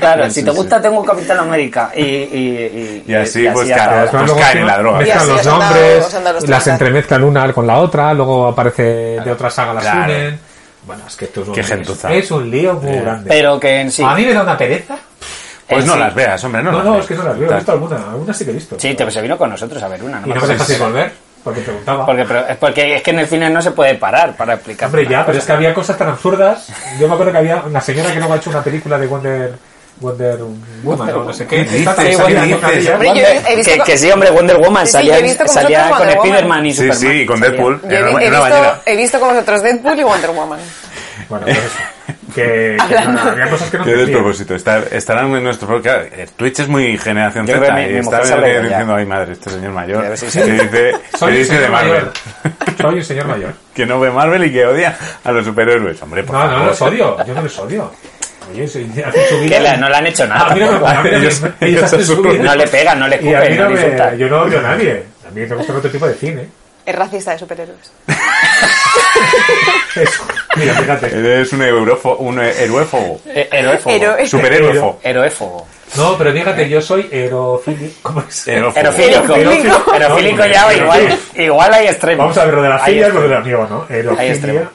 S10: claro,
S8: Sí,
S10: si
S8: sí,
S10: te
S8: sí.
S10: gusta, tengo Capitán América. Y, y, y-
S8: Y así, pues,
S10: hasta
S8: claro,
S10: ahora.
S9: Además,
S8: Pues
S9: luego
S8: caen
S9: encima
S8: en la droga.
S11: Y
S9: Mezclan
S11: así
S9: los
S11: se han dado-
S9: nombres,
S11: se han dado los
S9: las
S11: trozos.
S9: entremezclan una con la otra, luego aparece de otra saga las
S8: Claro.
S9: unen. Bueno, es que esto es un,
S8: Qué gentuza.
S9: es un lío muy grande.
S10: Pero que en sí.
S9: A mí me da una pereza.
S8: Ah, Pues
S10: en
S8: no
S10: sí.
S8: las veas, hombre, no.
S9: No, no,
S8: las veas.
S9: es que no las veo. He visto alguna, alguna sí que he visto.
S10: Sí, te, pues, se vino con nosotros a ver una.
S9: Y no me
S10: Sí,
S9: dejas
S10: sí.
S9: ir volver, porque preguntaba.
S10: Porque, pero- es porque es que en el cine no se puede parar para explicar.
S9: Hombre,
S10: una
S9: ya, pero
S10: cosa.
S9: es que había cosas tan absurdas. Yo me acuerdo que había una señora que luego ha hecho una película de Wonder, Wonder Woman, o no sé qué.
S8: dices?
S9: Está tan-
S8: Sí,
S9: salía
S8: Wonder-
S9: con aquella.
S11: Hombre, yo he- he visto
S10: que,
S11: co-
S10: que sí, hombre, Wonder Woman
S11: Sí, sí,
S10: salía,
S11: yo he visto con
S10: salía
S11: vosotros
S10: con
S11: Wonder
S10: Spider-Man
S11: Woman.
S10: y
S8: Sí,
S10: Superman.
S8: sí, y con
S10: salía.
S8: Deadpool.
S11: Yo he,
S8: en una,
S11: he
S8: en una
S11: visto,
S8: bañera.
S11: he visto con vosotros Deadpool y Wonder Woman.
S9: Bueno, pues eso. Que, que no, había cosas que no
S8: Qué
S9: entendía.
S8: despropósito. Estar- estarán en nuestro podcast. Eh, Twitch es muy generación
S10: Yo
S8: Z.
S10: creo que mi-
S8: y
S10: mi
S8: está
S10: mujer se habrá ido
S8: diciendo, ay madre, este señor mayor.
S10: Ya
S8: Que
S10: ves, sí,
S8: dice,
S10: sí.
S8: que
S9: Soy un
S8: dice de
S9: señor
S8: Marvel.
S9: mayor.
S8: pues.
S9: Soy un señor mayor.
S8: Que no ve Marvel y que odia a los superhéroes. Hombre, por
S9: No,
S8: favor.
S9: no, no les odio. Yo no les odio. Oye, soy, hacen su vida.
S10: Que la- no le han hecho nada.
S9: A mí no me a mí no me-
S8: Ellos-
S9: ellos
S8: ellos
S9: hacen su
S8: son-
S9: vida.
S10: No le pegan, no le
S9: Y a mí
S10: escupen, no
S9: no
S10: le insultan.
S9: me, yo no odio a nadie. A mí me gusta otro tipo de cine.
S11: Es racista de superhéroes.
S9: Eso. Mira, fíjate.
S8: Eres un eurofo, un heruéfobo.
S10: Eh, Heroéfobo.
S11: Pero
S8: Superherófobo.
S10: Heroéfobo.
S9: No, pero fíjate, yo soy erofili... ¿Cómo es?
S10: Erofílico.
S9: Erofílico.
S10: Erofílico ya
S9: Erofílico.
S10: igual, igual hay extremos.
S9: Vamos a ver lo de la
S10: Hay
S9: filia y lo
S10: extremos.
S9: del amigo, ¿no?
S8: Eh,
S9: Erofilia.
S10: Hay extremos.
S9: Eh,
S8: Eres-
S10: Erofílico.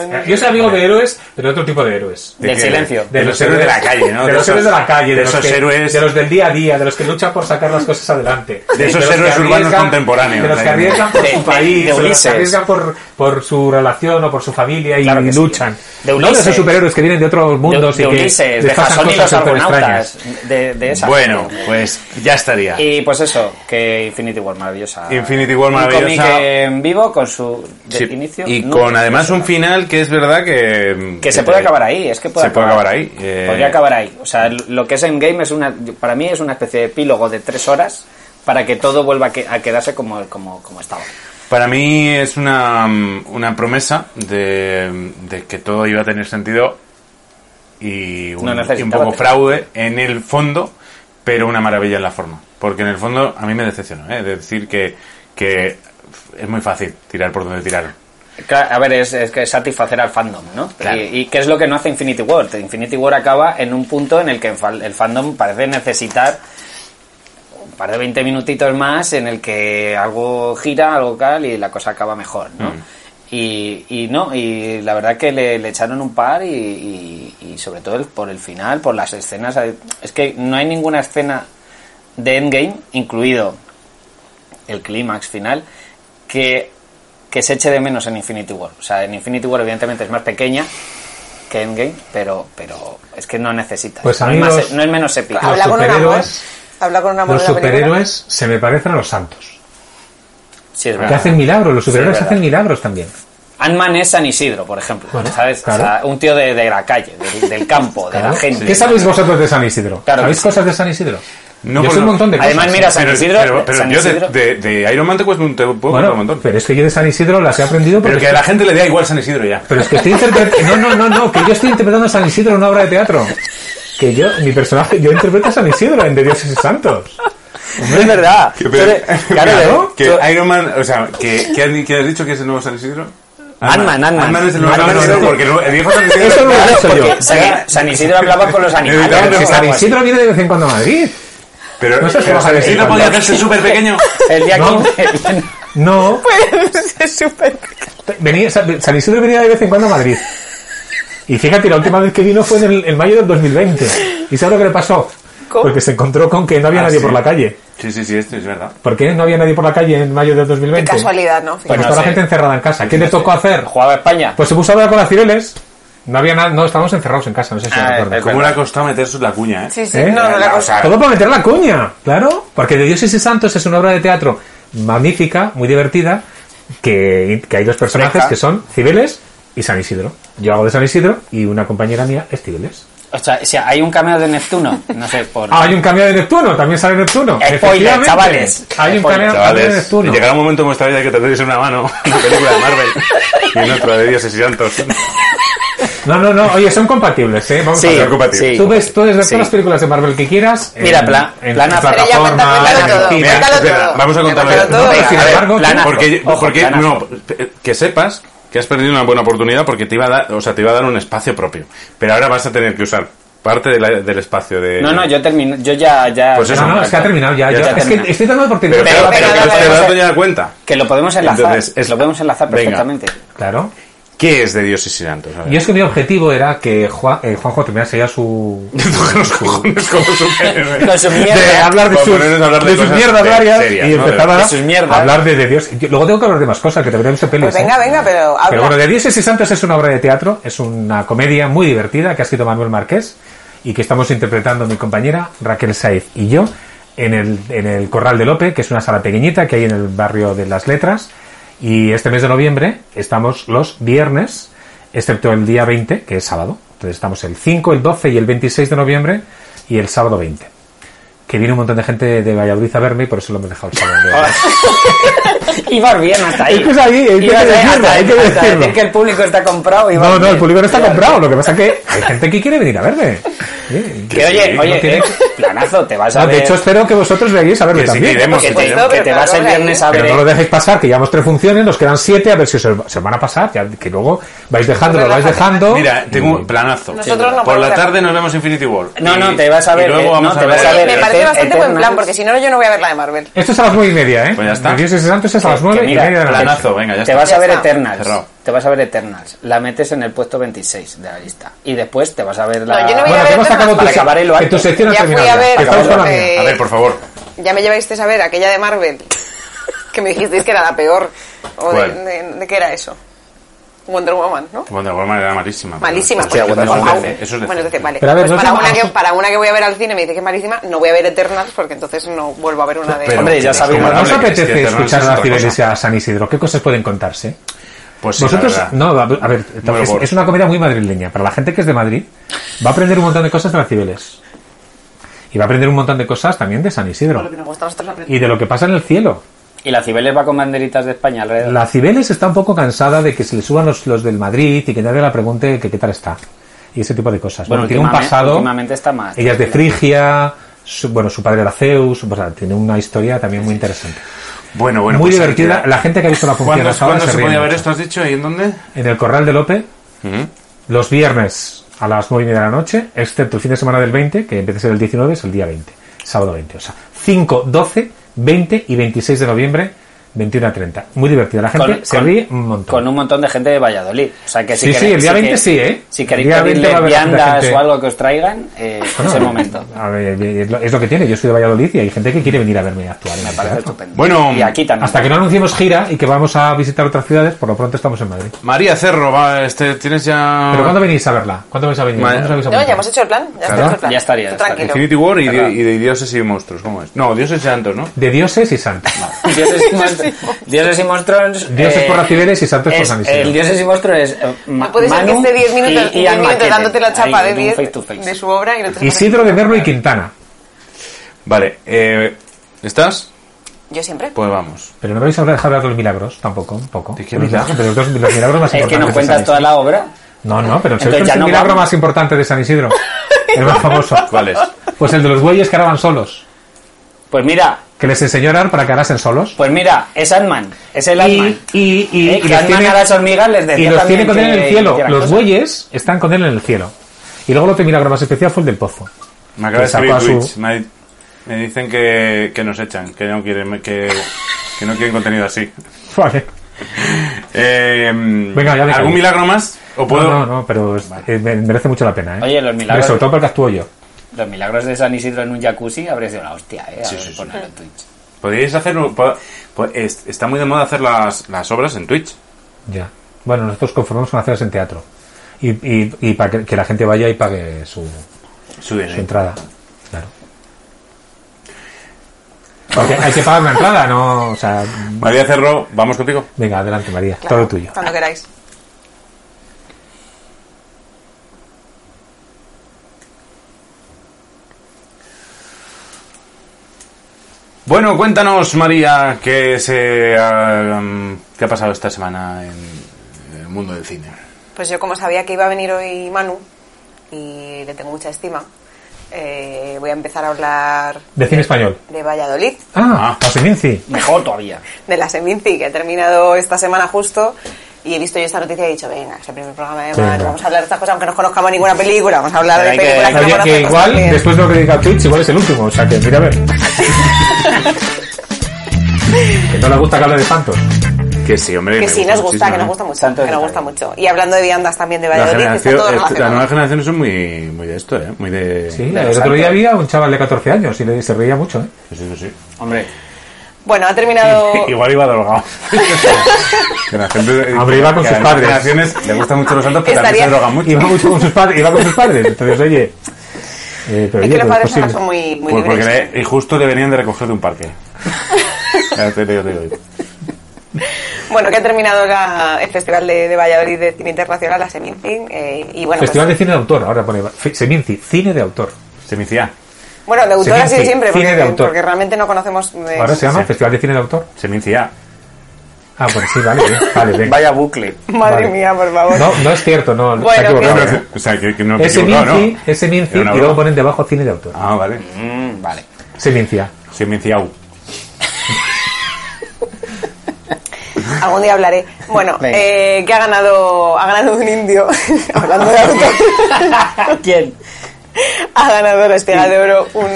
S11: Bueno,
S9: Yo soy amigo de héroes, pero otro tipo de héroes.
S10: Del
S8: qué?
S10: silencio.
S8: De los héroes de la calle, ¿no?
S9: De los héroes de la calle,
S8: de
S9: los
S8: esos
S9: que-
S8: héroes.
S9: de los del día a día, de los que luchan por sacar las cosas adelante.
S8: De esos
S9: los que
S8: héroes urbanos
S9: arriesgan-
S8: contemporáneos.
S9: De los que
S8: Ahí.
S9: arriesgan por
S10: De-
S9: su
S10: de-
S9: país,
S10: de
S9: o los que
S10: Ulises.
S9: arriesgan por, por su relación o por su familia y,
S10: Claro que sí.
S9: luchan.
S10: De
S9: No de esos
S10: Ulises.
S9: superhéroes que vienen de otros
S10: De,
S9: mundos
S10: de
S9: y que
S10: Ulises,
S9: les
S10: de
S9: pasan
S10: Jason y los
S9: cosas súper
S10: Argonautas.
S9: extrañas.
S10: De, de esa.
S8: Bueno, pues ya estaría.
S10: Y pues eso, que Infinity War maravillosa.
S8: Infinity War
S10: Un
S8: maravillosa.
S10: cómic en vivo con su de
S8: Sí.
S10: inicio.
S8: y
S10: no,
S8: con además un final que es verdad que... eh,
S10: Que se puede acabar ahí, es que puede
S8: Se puede acabar ahí, eh.
S10: Podría acabar ahí. O sea, lo que es Endgame es una, para mí es una especie de epílogo de tres horas para que todo vuelva a, que- a quedarse como, como, como estaba.
S8: Para mí es una, mm, una promesa de, de que todo iba a tener sentido y un,
S10: No necesitaba
S8: y un poco
S10: tener.
S8: fraude en el fondo, pero una maravilla en la forma. Porque en el fondo a mí me decepcionó, ¿eh? de decir que, que es muy fácil tirar por donde tiraron.
S10: Claro, a ver, es, es que satisfacer al fandom, ¿no?
S8: Claro.
S10: Y, y qué es lo que no hace Infinity War. Infinity War acaba en un punto en el que el fan- el fandom parece necesitar un par de 20 minutitos más en el que algo gira, algo tal, y la cosa acaba mejor, ¿no? Y, y no, y la verdad que le, le echaron un par y, y- y sobre todo el- por el final, por las escenas. Es que no hay ninguna escena de Endgame, incluido el clímax final, que, que se eche de menos en Infinity War. O sea, en Infinity War evidentemente es más pequeña que Endgame, pero, pero es que no necesita.
S9: Pues,
S10: no, es
S9: amigos,
S10: más- e- no es menos épica.
S9: Los
S11: habla con un amor.
S9: superhéroes-
S11: Habla con un amor
S9: Los
S11: de la película.
S9: superhéroes se me parecen a los santos.
S10: Sí, es
S9: Que
S10: verdad.
S9: hacen milagros, los
S10: Sí, es
S9: superhéroes
S10: verdad.
S9: hacen milagros también.
S10: Ant-Man es San Isidro, por ejemplo.
S9: Bueno,
S10: ¿sabes? O
S9: claro.
S10: sea, un tío de, de la calle, del, del campo, de la
S9: Claro.
S10: gente.
S9: ¿Qué sabéis vosotros de San Isidro?
S10: Claro que
S9: ¿Sabéis
S10: sí.
S9: cosas de San Isidro?
S8: No,
S9: yo
S8: pues
S9: sé un
S8: no.
S9: montón de
S10: Además,
S9: cosas.
S10: mira, San
S8: pero
S10: Isidro-
S8: pero, pero
S10: San
S8: yo de-
S10: Isidro-
S8: De, de Iron Man te cuento un, te puedo contar un
S9: Bueno,
S8: montón.
S9: pero es que yo de San Isidro las he aprendido
S8: Pero
S9: porque
S8: que a la gente le da igual San Isidro ya.
S9: Pero es que estoy interpretando. No, no, no, no, que yo estoy interpretando a San Isidro en una obra de teatro. Que yo, mi personaje, yo interpreto a San Isidro en De Dioses y Santos.
S10: es verdad.
S8: Que-
S10: Tú eres- claro,
S8: Claro,
S10: tú-
S8: que Iron Man, o sea, que, que, han- que has dicho que es el nuevo San Isidro.
S10: Ant-Man, Ant-Man.
S8: Ant-Man es el nuevo
S10: Ant-Man
S8: San Isidro
S10: es el-
S8: porque el el viejo San Isidro.
S9: Eso no lo he
S10: Claro,
S9: hecho yo.
S10: porque San, San Isidro hablaba con los animales. pues,
S8: Necesitamos
S9: Que
S10: o
S9: ¿Eh? San
S10: algo así.
S9: Isidro viene de vez en cuando a Madrid.
S8: Pero
S9: No sé si
S8: pero
S9: lo
S8: San
S9: sabes.
S8: Isidro podía hacerse súper pequeño.
S10: El día
S9: No.
S10: 15.
S9: No,
S10: Pues,
S11: Es súper...
S9: venía, San San Isidro venía de vez en cuando a Madrid. Y fíjate, la última vez que vino fue en, el, en mayo del 2020. ¿Y sabes lo que le pasó?
S11: ¿Cómo?
S9: Porque se encontró con que no había
S8: Ah,
S9: nadie
S8: sí.
S9: por la calle.
S8: Sí, sí, sí, esto es verdad.
S9: ¿Por qué no había nadie por la calle en mayo del 2020?
S11: Qué casualidad, ¿no?
S9: Pues
S11: Fíjate.
S10: Bueno,
S9: toda
S10: sí.
S9: la gente encerrada en casa. ¿Qué le tocó hacer?
S10: Jugaba España.
S9: Pues se puso a hablar con las cibeles. No había nada, no, estábamos encerrados en casa, no sé si
S10: Ah,
S9: lo
S10: es
S9: recuerdas.
S8: ¿Cómo le ha costado meter su- la cuña, eh?
S11: Sí, sí,
S9: ¿Eh?
S11: no, no, la
S8: O
S11: cosa.
S8: sea,
S9: Todo para meter la cuña, claro. Porque De Dioses y Santos es una obra de teatro magnífica, muy divertida, que, que hay dos personajes
S10: Fresca.
S9: que son Cibeles y San Isidro. Yo hago de San Isidro y una compañera mía es Cibeles.
S10: O sea, si hay un cameo de Neptuno, no sé, por...
S9: Ah, hay un cambio de Neptuno, también sale Neptuno.
S10: Spoiler,
S9: Efectivamente.
S10: chavales.
S9: Hay un
S10: Spoiler,
S9: cambio cambio de
S8: Chavales,
S9: Neptuno.
S8: llegará un momento en vuestra vida que tendréis una mano en una película de Marvel y en otra de Dioses y Santos.
S9: No, no, no, oye, son compatibles, ¿eh? Vamos
S10: Sí,
S9: a ver.
S10: sí.
S9: Tú ves puedes ver
S10: Sí.
S9: todas las películas de Marvel que quieras. en-
S10: Mira, pla-
S9: en
S10: plana-
S9: tus
S10: Pero
S11: ya cuenta,
S9: plataformas,
S11: cuéntalo
S9: en
S11: todo,
S9: cine.
S11: cuéntalo
S8: espera,
S11: todo.
S8: vamos a contarlo.
S11: Cuéntalo
S9: No,
S11: todo.
S9: pero sin
S10: a ver,
S9: embargo, tú-
S10: planazo.
S8: Porque,
S10: Ojo,
S8: porque
S10: planazo.
S8: no, eh, que sepas que has perdido una buena oportunidad porque te iba a dar, o sea, te iba a dar un espacio propio. Pero ahora vas a tener que usar parte de la- del espacio de.
S10: No, no, yo termino, yo ya, ya...
S8: Pues eso,
S9: No, no, es que ha terminado ya.
S8: Ya
S9: ya.
S8: está
S9: Es
S10: terminado.
S9: que estoy dando por
S8: Pero,
S9: terminado.
S8: pero, pero,
S11: pero,
S8: que
S11: pero,
S8: te
S11: pero,
S8: vas
S11: pero,
S8: ya cuenta.
S10: Que lo podemos enlazar,
S8: Entonces, es-
S10: lo podemos enlazar
S8: Venga.
S10: perfectamente.
S9: Claro.
S8: ¿Qué es de dioses y santos? A ver.
S9: Y es que mi objetivo era que Juan, eh, Juanjo terminase ya su...
S8: los cojones como superhéroe.
S10: Con su mierda.
S9: de hablar de
S8: Por
S9: sus,
S8: ponernos a hablar de
S9: de sus
S8: cosas
S9: mierdas
S8: de-
S9: varias
S8: serias,
S9: y
S8: ¿no? De-
S9: empezaba
S10: de sus mierdas.
S9: a hablar de, de Dios. Yo- luego tengo que hablar de más cosas, que te veremos en pelis.
S11: Pues venga,
S9: ¿eh?
S11: venga, pero habla.
S9: Pero bueno, De Dioses y Santos es una obra de teatro, es una comedia muy divertida que ha escrito Manuel Marqués y que estamos interpretando mi compañera Raquel Saiz y yo en el, en el Corral de Lope, que es una sala pequeñita que hay en el barrio de las Letras. Y este mes de noviembre estamos los viernes, excepto el día 20, que es sábado. Entonces estamos el 5, el 12 y el 26 de noviembre y el sábado 20. Que viene un montón de gente de Valladolid a verme y por eso lo hemos dejado el sábado. de-
S10: Ibas bien hasta ahí.
S9: Es que es ahí, hay que
S10: Ibas
S9: decirlo,
S10: hasta-
S9: hay que
S10: hasta
S9: decirlo.
S10: decir que el público está comprado. ibas
S9: No, no,
S10: bien.
S9: el público no está
S10: Ibas
S9: comprado. Lo que pasa es que hay gente que quiere venir a verme. Sí.
S10: Que oye,
S9: no
S10: oye,
S9: tiene-
S10: eh, planazo, te vas a
S9: No,
S10: ver.
S9: de hecho, espero que vosotros vengáis a verme
S8: Que sí, que
S9: también.
S8: iremos,
S10: que
S8: que
S10: te,
S8: iremos.
S10: que te vas el viernes a ver.
S9: Pero no lo
S10: eh.
S9: dejéis pasar, que llevamos tres funciones, nos quedan siete, a ver si os, se os van a pasar, ya que luego vais dejando, lo vais dejando.
S8: Mira, tengo un planazo.
S11: Nosotros no
S8: Por la
S11: podemos
S8: tarde nos vemos Infinity War.
S10: No,
S8: Y-
S10: no, te vas a
S8: y
S10: ver, eh,
S8: luego vamos
S10: no,
S8: a
S10: te
S8: ver.
S10: vas a ver.
S11: Me parece
S10: Eter-
S11: bastante buen plan,
S10: Eternals.
S11: porque si no, yo no voy a ver la de Marvel.
S9: Esto es a las nueve y media, ¿eh?
S8: Pues ya está.
S9: De Dioses y Santos es a las nueve
S10: Que
S9: y
S10: mira,
S9: media de la noche.
S8: Planazo, venga, ya
S10: Te
S8: está.
S10: vas a ver
S11: Ya está.
S10: Eternals.
S8: Cerrado.
S10: Te vas a ver Eternals. La metes en el puesto 26 de la lista. Y después te vas a ver la.
S11: No, yo no voy a
S9: Bueno,
S11: ver
S9: que hemos
S11: Eternals
S9: acabado tu,
S10: para acabar en lo
S9: que
S10: alto.
S9: tu sección ha
S11: Ya fui
S9: terminado.
S11: a ver.
S9: que estamos con la
S11: Acabamos,
S9: mía.
S11: eh,
S8: A ver, por favor.
S11: Ya me llevasteis a ver aquella de Marvel, que me dijisteis que era la peor. ¿O de,
S8: ¿Cuál?
S11: de- de qué era eso? Wonder Woman, ¿no?
S8: Wonder Woman era malísima. pero-
S11: Malísima.
S8: Hostia,
S11: porque-
S8: Wonder
S11: por
S8: Woman,
S11: favor.
S8: eh, eso es de
S11: Bueno,
S8: cine.
S11: entonces, vale.
S9: Pero a ver,
S11: Pues
S9: no
S11: para,
S9: es-
S11: una que, para una que voy a ver al cine me dice que es malísima, no voy a ver Eternals porque entonces no vuelvo a ver una de
S8: Pero-
S10: Hombre, ya
S8: es
S10: sabemos.
S9: ¿No os
S8: comparable,
S9: apetece
S8: es que Eternals
S9: escuchar
S8: es
S9: a
S8: otra
S9: Cibeles y
S8: cosa.
S9: a San Isidro? ¿Qué cosas pueden contarse?
S8: Pues sí, la
S9: Vosotros,
S8: verdad.
S9: no, a a ver,
S8: Muy
S9: es,
S8: gordo.
S9: es una comedia muy madrileña. Para la gente que es de Madrid, va a aprender un montón de cosas de las Cibeles. Y va a aprender un montón de cosas también de San
S11: Por lo
S9: Isidro.
S11: que nos gusta a nosotros la-
S9: Y de lo que pasa en el cielo.
S10: Y la Cibeles va con banderitas de España alrededor.
S9: La Cibeles está un poco cansada de que se le suban los, los del Madrid y que nadie la pregunte que qué tal está. Y ese tipo de cosas. Bueno, tiene un
S10: últimamente-
S9: pasado.
S10: Últimamente está más.
S9: Ella es de Frigia. Su, bueno, su padre era Zeus. o sea, tiene una historia también muy interesante.
S8: Bueno, bueno.
S9: muy
S8: pues ahí
S9: divertida.
S8: queda.
S9: La gente que ha visto la función
S8: ¿Cuándo,
S9: hasta ahora
S8: ¿cuándo se
S9: ríe
S8: podía ver
S9: mucho.
S8: esto, has dicho? ¿Y en dónde?
S9: En el Corral de Lope. los viernes a las 9 y media de la noche, excepto el fin de semana del 20, que empieza a ser el 19, es el día 20, sábado 20. O sea, 5, 12, 20 y 26 de noviembre, 21 a 30. Muy divertida. La gente se ríe un montón.
S10: con un montón de gente de Valladolid. O sea que si
S9: Sí,
S10: queréis-
S9: sí, el día
S10: si
S9: 20
S10: que-
S9: sí, ¿eh?
S10: Si
S9: El
S10: queréis
S9: día
S10: pedir
S9: 20 va a haber bastante
S10: viandas
S9: gente.
S10: o algo que os traigan, eh, es el momento.
S9: Ah, A ver, eh, es lo- es lo que tiene. Yo soy de Valladolid y hay gente que quiere venir a verme actuar. en el
S10: Parece
S9: teatro.
S10: estupendo.
S8: Bueno,
S10: y aquí también.
S9: Hasta que no anunciemos gira y que vamos a visitar otras ciudades, por lo pronto estamos en Madrid.
S8: María Cerro, va, este, tienes ya...
S10: Ah.
S9: ¿Pero cuándo venís a verla? ¿Cuándo vais a venir?
S8: Vale.
S9: ¿Cuándo os habéis
S11: No, ya
S9: apuntado?
S11: hemos hecho el plan. Ya, está
S9: Claro.
S11: hecho el plan.
S10: Ya estaría,
S11: Tú
S10: ya estaría.
S11: Tranquilo.
S8: Infinity War y, de- y de dioses y monstruos, ¿cómo es? No, dioses y santos, ¿no?
S9: De dioses y santos.
S10: Dioses y monstruos. Dioses y monstruos.
S9: Dioses
S10: eh,
S9: por las cibeles y santos por
S10: es-
S9: San Isidro.
S10: El dioses y monstruos es. eh, Ma-
S11: No puede ser que
S10: Manu
S11: esté 10 minutos,
S10: y, y
S11: 10
S10: Alma
S11: minutos
S10: Kellen.
S11: dándote la chapa
S10: Ahí,
S11: de
S10: un
S11: 10
S10: face to face.
S11: de su obra y no te
S9: Isidro de Merlo y Quintana.
S8: Vale, eh, ¿estás?
S11: Yo siempre.
S8: Pues vamos.
S9: Pero no vais a hablar hablar de los milagros, tampoco, un poco.
S8: ¿De qué
S9: Los
S8: milagros?
S9: milagros- de los dos- de los milagros más
S10: Es que
S9: importantes
S10: nos
S9: de
S10: cuentas
S9: San
S10: toda
S9: Isidro.
S10: la obra.
S9: No, no, pero
S10: Entonces
S9: ¿sabes cuál
S10: ya
S9: es el
S10: no
S9: milagro
S10: vamos.
S9: más importante de San Isidro? El más famoso.
S8: ¿Cuál es?
S9: Pues el de los bueyes que ahora van solos.
S10: Pues mira,
S9: Que les enseñó a orar para que orasen solos.
S10: pues mira, es Ant-Man. Es el
S9: y,
S10: Ant-Man.
S9: y, y,
S10: Eh,
S9: y
S10: que
S9: los
S10: Ant-Man
S9: tiene,
S10: a las hormigas les
S9: y
S10: decía
S9: los
S10: también
S9: tiene con él en
S10: que
S9: el cielo.
S10: hicieran
S9: Los
S10: cosas.
S9: bueyes están con él en el cielo. Y luego lo que mira la más especial fue el del pozo.
S8: Me acaba de
S9: Que sacó
S8: escribir
S9: Pues a su-
S8: Twitch. Me, ha- me dicen que, que nos echan, que no quieren, que, que no quieren contenido así.
S9: Vale.
S8: Eh,
S9: Venga, ya me
S8: ¿Algún
S9: callo.
S8: milagro más? ¿O puedo?
S9: No, no, no, pero es- eh, me- merece mucho la pena. ¿eh?
S10: Oye, los milagros-
S9: Sobre todo porque actúo yo.
S10: Los milagros de San Isidro en un jacuzzi habría sido una hostia, eh. A ver, ponerlo en Twitch.
S8: ¿Podríais hacer un- po- po- es- Está muy de moda hacer las, las obras en Twitch.
S9: Ya. Bueno, nosotros conformamos con hacerlas en teatro. Y, y, y para que, que la gente vaya y pague su,
S8: Su
S9: su
S8: dinero.
S9: entrada. Claro. Porque hay que pagar una entrada, ¿no? O sea,
S8: María Cerro, vamos contigo.
S9: venga, adelante, María.
S11: Claro,
S9: Todo tuyo.
S11: Cuando queráis.
S8: Bueno, cuéntanos, María, qué, se ha, um, qué ha pasado esta semana en, en el mundo del cine.
S11: Pues yo como sabía que iba a venir hoy Manu, y le tengo mucha estima, eh, voy a empezar a hablar
S9: De cine español.
S11: de Valladolid,
S9: Ah, Paseminci.
S10: Mejor todavía.
S11: de la Seminci, que ha terminado esta semana justo. Y he visto yo esta noticia y he dicho, venga, es el primer programa de
S9: Sí,
S11: Manu,
S9: no.
S11: vamos a hablar de estas cosas, aunque no conozcamos ninguna película, vamos a hablar
S10: Pero
S11: de
S10: hay que-
S11: películas que,
S9: Oye,
S11: no
S9: que
S11: conocemos
S9: igual,
S11: también.
S9: después de lo que dedica Twitch, igual es el último. O sea, que mira a ver. Que no le gusta que hable de Santos.
S8: Que sí, hombre.
S11: Que
S8: me
S11: sí,
S8: gusta
S11: nos gusta,
S8: muchísimo,
S11: que nos
S8: ¿eh?
S11: gusta mucho,
S10: Santo
S11: que nos
S10: detalle.
S11: gusta mucho. Y hablando de viandas también de
S8: La,
S11: Valladolid, que está
S8: generación,
S11: todo
S8: eh, la
S11: relacionado.
S8: nueva generación son muy, muy de esto, ¿eh? Muy de...
S9: Sí, el otro día había un chaval de 14 años y le- se reía mucho, ¿eh?
S8: Sí, sí, sí.
S10: Hombre,
S11: Bueno, ha terminado...
S8: Igual iba drogado. Que la gente-
S9: Hombre, iba con
S8: que
S9: sus
S8: a las
S9: padres.
S8: generaciones le gustan mucho los santos, pero también
S11: Estaría-
S8: se droga mucho.
S9: Iba mucho con sus padres, iba con sus padres. Entonces, oye. eh, pero
S11: Es
S9: oye,
S11: que los
S9: pues
S11: padres
S9: posible.
S11: ahora son muy, muy
S8: Pues porque
S11: libres.
S8: le- y justo le venían de recoger de un parque. Ya te digo, te digo.
S11: Bueno, que ha terminado la- el Festival de, de Valladolid de Cine Internacional, la Seminci, eh, y bueno,
S9: Festival
S11: pues,
S9: de cine de autor, ahora pone F- Seminci, cine de autor.
S8: Semicía.
S11: bueno, de autor así
S9: Seminci,
S11: de siempre,
S9: cine
S11: porque,
S9: de autor.
S11: porque realmente no conocemos... eh,
S9: Ahora se llama
S8: sí.
S9: Festival de cine de autor.
S8: Semicía.
S9: Ah, bueno, sí, vale, bien, vale, venga.
S10: vaya bucle.
S11: Madre
S9: vale.
S11: mía, por favor.
S9: No, no es cierto, no,
S11: Bueno,
S9: se ha equivocado.
S11: que-
S8: O sea, que, que no me he
S9: Es
S8: equivocado,
S9: Seminci,
S8: ¿no?
S9: es Seminci,
S8: Era una
S9: y luego
S8: broma.
S9: ponen debajo cine de autor.
S8: Ah, vale.
S10: Mm, vale.
S9: Semincia.
S8: Semiciau.
S11: Algún día hablaré. Bueno,
S10: Venga.
S11: eh, que ha ganado, ha ganado un indio, hablando de autor.
S10: ¿Quién?
S11: ha ganado la Espiga de Oro un,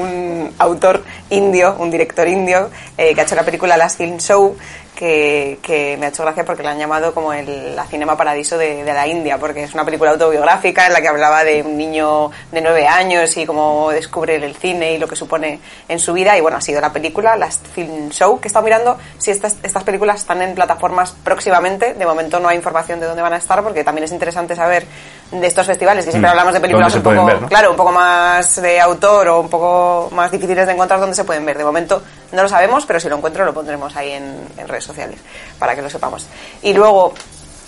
S11: un autor indio, un director indio, eh, que ha hecho la película Last Film Show, que, que me ha hecho gracia porque la han llamado como el, la Cinema Paradiso de, de la India, porque es una película autobiográfica en la que hablaba de un niño de nueve años y cómo descubre el cine y lo que supone en su vida. Y bueno, ha sido la película Last Film Show, que he estado mirando si estas, estas películas están en plataformas próximamente. De momento no hay información de dónde van a estar, porque también es interesante saber de estos festivales, que siempre
S8: Mm.
S11: hablamos de
S8: ¿Dónde
S11: películas
S8: se
S11: un
S8: pueden
S11: poco,
S8: ver, no?
S11: claro, un poco más de autor o un poco más difíciles de encontrar donde se pueden ver. De momento no lo sabemos, pero si lo encuentro lo pondremos ahí en, en redes sociales para que lo sepamos. Y luego,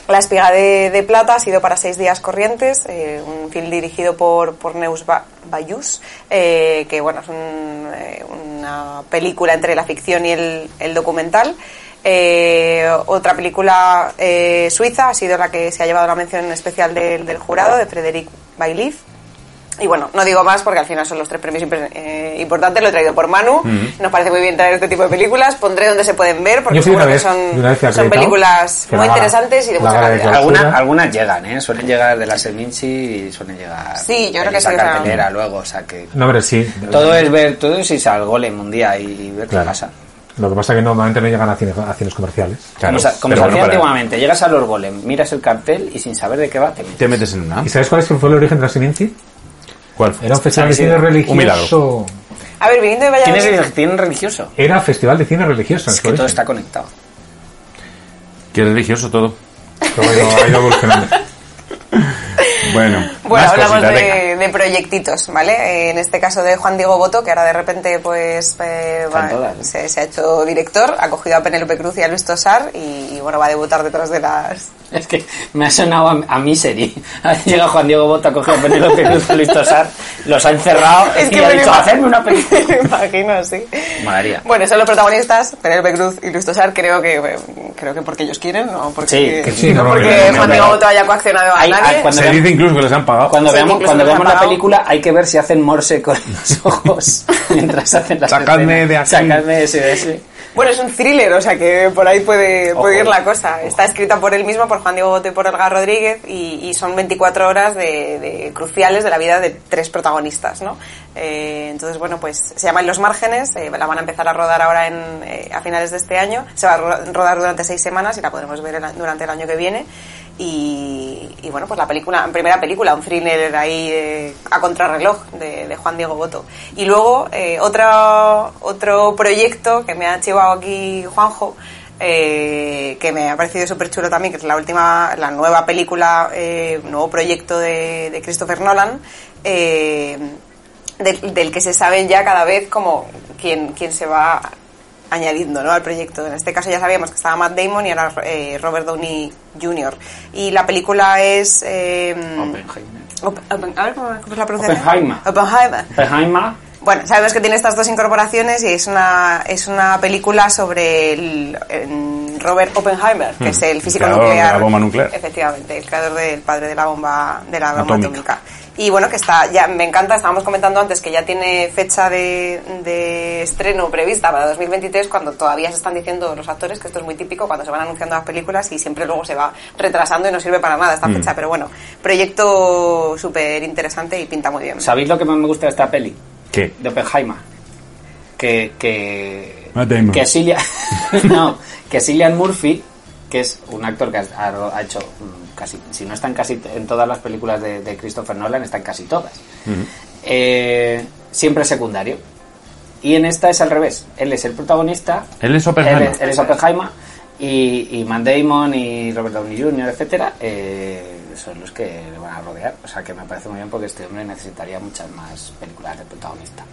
S11: La espiga de, de plata ha sido para seis días corrientes, eh, un film dirigido por, por Neus Ba- Bayus, eh, que bueno, es un, eh, una película entre la ficción y el, el documental. Eh, otra película eh, suiza ha sido la que se ha llevado la mención especial del, del jurado, de Frederic Bailiff. Y bueno, no digo más porque al final son los tres premios impre- eh, importantes, lo he traído por Manu, nos parece muy bien traer este tipo de películas, pondré donde se pueden ver porque
S9: Mm. Yo fui
S11: seguro
S9: una vez,
S11: que son,
S9: y una vez fui
S11: son
S9: acreditado,
S11: películas
S9: que
S11: muy
S9: la gala-
S11: interesantes y de
S9: la
S11: mucha
S9: gala de
S11: calidad.
S9: clausura.
S10: Algunas, algunas llegan, ¿eh? Suelen llegar de la Seminci y suelen llegar.
S11: Sí, yo creo que
S10: en
S11: sí, o
S10: la
S11: sea-
S10: cartelera luego, o sea que.
S9: No, hombre, sí.
S10: Todo es ver, todo es irse al golem un día y, y ver
S9: Claro.
S10: qué pasa.
S9: Lo que pasa es que normalmente no llegan a cines, a cines comerciales.
S10: como se,
S8: pero
S10: como se
S8: bueno,
S10: hacía
S8: para-
S10: antiguamente, llegas a los golem, miras el cartel y sin saber de qué va te metes.
S8: Te metes en una.
S9: ¿Y sabes cuál es que fue el origen de la Seminci?
S8: ¿Cuál? fue?
S9: Era un festival de
S10: Sí,
S9: cine
S10: un
S9: religioso.
S11: A ver, viniendo de
S10: ¿Quién es
S11: Valladolid,
S10: el tiene religioso?
S9: Era festival de cine religioso. en
S10: Es
S9: su
S10: que todo
S9: origen.
S10: está conectado.
S8: Qué religioso todo.
S9: Pero bueno, ha ido evolucionando.
S8: Bueno,
S11: bueno,
S8: más
S11: hablamos
S8: cositas, venga.
S11: de, de proyectitos, ¿vale? Eh, En este caso de Juan Diego Boto, que ahora de repente pues eh,
S10: Están
S11: va-
S10: todas, ¿eh?
S11: se, se ha hecho director, ha cogido a Penélope Cruz y a Luis Tosar y, y, bueno, va a debutar detrás de las
S10: Es que me ha sonado a, a Misery. Llega Juan Diego Bota, coge a Penélope Cruz Luis Tosar, los ha encerrado
S11: Es
S10: y
S11: que
S10: ha
S11: me lo
S10: dicho,
S11: imag-
S10: hacerme una película.
S11: me imagino, sí.
S10: Molaría.
S11: Bueno, son los protagonistas, Penélope Cruz y Luis Tosar, creo que, eh, creo que porque ellos quieren, no porque,
S10: Sí, que
S9: sí,
S11: no
S9: no,
S11: porque
S9: no, no, no,
S11: Juan
S9: no.
S11: Diego Boto haya coaccionado a
S10: Ay, ay,
S11: nadie.
S10: cuando
S12: Se
S10: veamos-
S12: dice incluso que les han pagado.
S10: Cuando
S11: Sí,
S10: veamos,
S11: incluso
S10: cuando
S11: nos han
S10: veamos la
S11: pagado.
S10: película hay que ver si hacen morse con los ojos mientras hacen las
S9: Sacadme
S10: escenas.
S9: de aquí.
S10: Sacadme de ese, de ese.
S11: Bueno, es un thriller, o sea que por ahí puede,
S10: Ojo.
S11: puede ir la cosa. Está escrita por él mismo, por Juan Diego Boto y por Olga Rodríguez, y, y son 24 horas de, de cruciales de la vida de tres protagonistas, ¿no? Eh, entonces, bueno, pues se llaman Los Márgenes, eh, la van a empezar a rodar ahora en, eh, a finales de este año, se va a ro- rodar durante seis semanas y la podremos ver el a- durante el año que viene. Y, y, bueno, pues la película, primera película, un thriller ahí eh, a contrarreloj de, de Juan Diego Boto. Y luego eh, otro, otro proyecto que me ha chivado aquí Juanjo, eh, que me ha parecido súper chulo también, que es la última, la nueva película, eh, nuevo proyecto de, de Christopher Nolan. eh, del, del que se sabe ya cada vez como quién, quién se va añadiendo ¿no? al proyecto. En este caso ya sabíamos que estaba Matt Damon y ahora eh, Robert Downey Jr. Y la película es... eh,
S10: Oppenheimer.
S11: Op- Oppen- a ver, ¿cómo es la pronunciación?
S10: Oppenheimer.
S11: Oppenheimer.
S10: Oppenheimer.
S11: Bueno, sabemos que tiene estas dos incorporaciones y es una, es una película sobre el- en Robert Oppenheimer, que es el físico
S12: Hmm. creador de
S11: nuclear.
S12: la bomba nuclear.
S11: Efectivamente, el creador del padre de la bomba, de la bomba
S12: Atómica.
S11: atómica. Y bueno, que está, ya me encanta, estábamos comentando antes que ya tiene fecha de, de estreno prevista para 2023, cuando todavía se están diciendo los actores, que esto es muy típico cuando se van anunciando las películas y siempre luego se va retrasando y no sirve para nada
S12: Hmm.
S11: esta fecha. Pero bueno, proyecto súper interesante y pinta muy bien.
S10: ¿Sabéis lo que más me gusta de esta peli?
S12: ¿Qué?
S10: De Oppenheimer. Que. que
S12: Matt Damon.
S10: Que Cillian. no, que Cillian Murphy, que es un actor que ha, ha hecho mm, casi. Si no están casi en todas las películas de, de Christopher Nolan, están casi todas. Eh, siempre es secundario. Y en esta es al revés. Él es el protagonista.
S12: Él es Oppenheimer.
S10: Él, es- él es Oppenheimer. Y, y Matt Damon y Robert Downey Jr., etcétera, eh, son los que le van a rodear. O sea que me parece muy bien porque este hombre necesitaría muchas más películas de protagonista.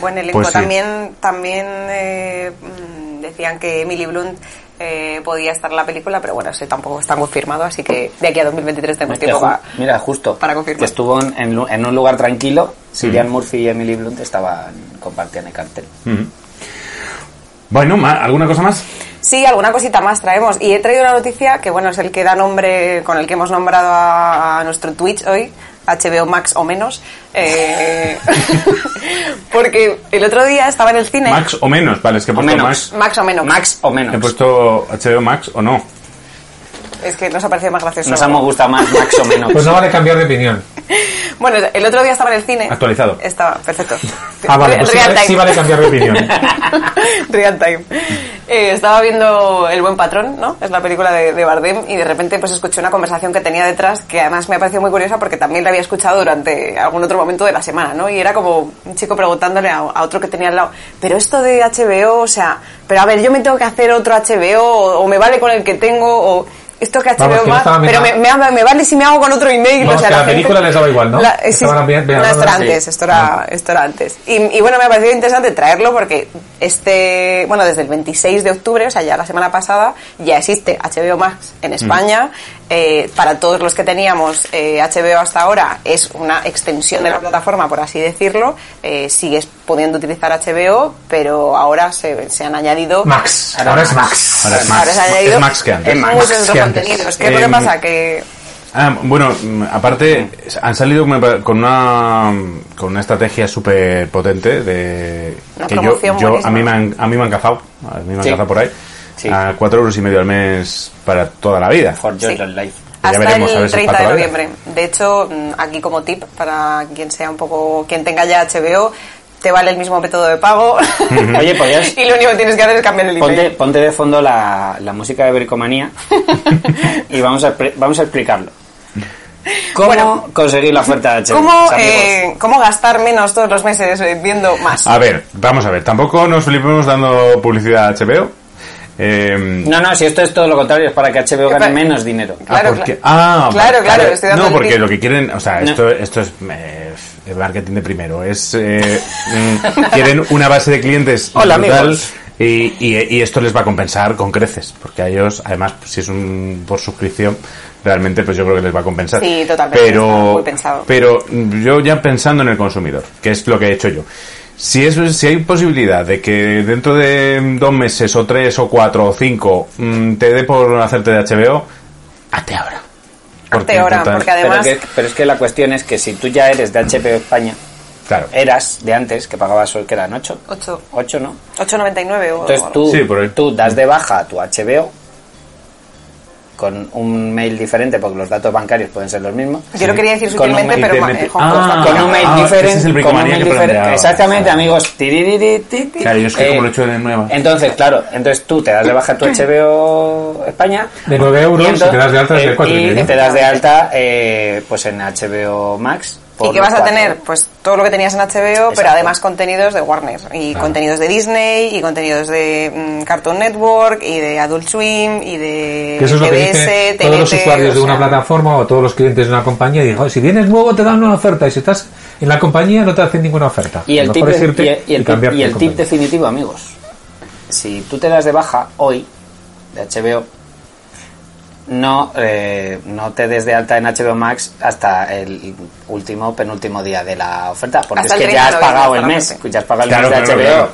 S11: Buen elenco.
S12: Pues sí.
S11: También, también eh, mm, decían que Emily Blunt eh, podía estar en la película, pero bueno, eso tampoco está confirmado, así que de aquí a 2023 tenemos
S10: Que
S11: tiempo
S10: ju-
S11: para...
S10: mira, justo
S11: para confirmar.
S10: que estuvo en, en lu- en un lugar tranquilo, Cillian Murphy y Emily Blunt estaban compartían el cartel.
S12: Bueno, ma- ¿alguna cosa más?
S11: Sí, alguna cosita más traemos. Y he traído una noticia que, bueno, es el que da nombre, con el que hemos nombrado a, a nuestro Twitch hoy, HBO Max o menos. eh, porque el otro día estaba en el cine...
S12: Max o menos, vale, es que he
S10: O
S12: puesto
S10: menos.
S12: Max.
S11: Max o menos.
S10: Max o menos.
S12: He puesto HBO Max o no.
S11: Es que nos ha parecido más gracioso.
S10: Nos hemos gustado más Max o menos.
S9: Pues no vale cambiar de opinión.
S11: Bueno, el otro día estaba en el cine.
S12: Actualizado.
S11: Estaba, perfecto.
S9: Ah, vale,
S11: Re-
S9: pues sí,
S11: real
S9: vale-
S11: time.
S9: sí vale cambiar de opinión.
S11: Real time. Eh, estaba viendo El buen patrón, ¿no? Es la película de, de Bardem y de repente pues escuché una conversación que tenía detrás que además me ha parecido muy curiosa porque también la había escuchado durante algún otro momento de la semana, ¿no? Y era como un chico preguntándole a, a otro que tenía al lado, pero esto de HBO, o sea, pero a ver, yo me tengo que hacer otro HBO o, o me vale con el que tengo o... Esto que HBO
S9: Vamos, que no
S11: más,
S9: estaba
S11: pero me,
S9: mirando-
S11: me- me vale si me hago con otro email.
S9: Vamos,
S11: o
S9: que
S11: sea, la,
S9: a la
S11: gente-
S9: película les daba igual, ¿no?
S11: La- eh, sí,
S9: Estaban bien- bien
S11: no, esto
S9: hablando,
S11: era
S9: sí.
S11: antes, esto era, esto era antes. Y, y bueno, me ha parecido interesante traerlo porque este, bueno, desde el 26 de octubre, o sea, ya la semana pasada, ya existe HBO Max en
S12: Mm.
S11: España. Eh, para todos los que teníamos eh, HBO hasta ahora, es una extensión de la plataforma, por así decirlo. Eh, sigues pudiendo utilizar HBO, pero ahora se, se han añadido
S9: Max. Ahora es Max.
S12: Ahora es Max.
S11: Ahora se han añadido
S12: Es Max que antes.
S9: Es Max
S11: muchos otros
S9: que antes.
S11: contenidos. ¿Qué es lo que
S12: Em,
S11: pasa? Que
S12: Ah, bueno, mm, aparte han salido me pa- con una con una estrategia súper potente de
S11: Una
S12: que yo,
S11: promoción
S12: yo- a
S11: buenísima.
S12: mí me han a mí me han cazado, a mí me han
S10: Sí.
S12: cazado por ahí
S10: Sí.
S12: a cuatro euros y medio al mes para toda la vida.
S10: For Joy
S11: Sí.
S10: Don't Life.
S12: Ya
S11: Hasta
S12: veremos, a ver
S11: el
S12: si es
S11: 30
S12: para
S11: de
S12: toda la
S11: noviembre. De hecho, mm, aquí como tip para quien sea un poco, quien tenga ya HBO, te vale el mismo método de pago.
S10: Oye, podías-
S11: Y lo único que tienes que hacer es cambiar el
S10: Ponte,
S11: email.
S10: ponte de fondo la, la música de Bricomanía y vamos a, expre- vamos a explicarlo. ¿Cómo
S11: Bueno.
S10: conseguir la oferta de HBO?
S11: ¿Cómo,
S10: amigos?
S11: eh, ¿Cómo gastar menos todos los meses eh, viendo más?
S12: A ver, vamos a ver, tampoco nos flipemos dando publicidad a HBO. Em,
S10: No, no, si esto es todo lo contrario, es para que HBO gane
S11: Para-
S10: menos dinero.
S11: Claro,
S12: ah, porque,
S11: claro.
S12: ah,
S11: Claro,
S12: vale,
S11: claro,
S12: vale.
S11: estoy dando
S12: No,
S11: el
S12: porque
S11: tip.
S12: lo que quieren, o sea,
S10: No.
S12: esto, esto es eh, el marketing de primero. Es eh, mm, quieren una base de clientes
S10: Hola,
S12: brutal,
S10: amigos.
S8: Y, y- y esto les va a compensar con creces, porque a ellos, además, pues, si es un por suscripción, realmente pues yo creo que les va a compensar.
S11: Sí, totalmente, está
S8: Pero,
S11: muy pensado.
S8: pero yo ya pensando en el consumidor, que es lo que he hecho yo. Si, es, si hay posibilidad de que dentro de dos meses o tres o cuatro o cinco mm, te dé por hacerte de HBO, hazte ahora.
S11: Hazte ahora,
S8: total-
S11: porque además-
S10: pero, que- pero es que la cuestión es que si tú ya eres de HBO España,
S8: Claro.
S11: Eh,
S10: eras de antes, que pagabas hoy que eran 8.
S11: Ocho.
S10: 8, ¿no?
S11: 8,99 o
S10: Entonces
S11: algo.
S10: tú,
S8: Sí, por ahí.
S10: tú das de baja a tu HBO con un mail diferente porque los datos bancarios pueden ser los mismos.
S11: Yo lo quería decir
S10: Con un
S11: sutilmente,
S10: mail-
S11: pero ma-
S8: mete-
S11: eh, Juan Cruz
S8: Ah,
S11: va
S10: con un mail
S8: ah,
S10: diferente.
S8: ese es el
S10: con un
S8: bricomanía
S10: mail
S8: que
S10: diferente.
S8: planteaba.
S10: Exactamente, amigos. Tiririri, ti, ti.
S8: Claro, yo es que como lo he hecho de nueva.
S10: Entonces, claro, entonces tú te das de baja tu HBO España.
S9: De nueve euros,
S10: y entonces-
S9: y te das de alta de
S10: eh,
S9: cuatro y
S10: Y
S9: medio.
S10: te das de alta eh, pues en HBO Max. por
S11: ¿Y qué
S10: los
S11: vas a
S10: cuatro.
S11: tener? Pues todo lo que tenías en HBO, pero
S10: Exacto.
S11: además contenidos de Warner, y contenidos de Disney, y contenidos de mm, Cartoon Network, y de Adult Swim, y de
S9: Que eso es lo que
S11: TBS,
S9: dicen todos los
S11: TNT,
S9: usuarios
S11: o
S9: de una
S11: sea,
S9: plataforma o todos los clientes de una compañía. Digo, "Oye, si vienes nuevo te dan una oferta y si estás en la compañía no te hacen ninguna oferta.
S10: Y el,
S9: Lo
S10: tip,
S9: mejor es
S10: de-
S9: irte
S10: y el- y el tip-
S9: cambiarte
S10: y el
S9: de
S10: tip
S9: compañía.
S10: definitivo, amigos. Si tú te das de baja hoy de HBO, no, eh, no te des de alta en HBO Max hasta el último, penúltimo día de la oferta, porque
S11: Hasta
S10: es
S11: el
S10: que ya has
S11: 30 de
S10: pagado el
S11: noviembre,
S10: mes,
S11: exactamente.
S10: ya has pagado el
S8: Claro,
S10: mes de
S8: claro,
S10: HBO.
S8: claro.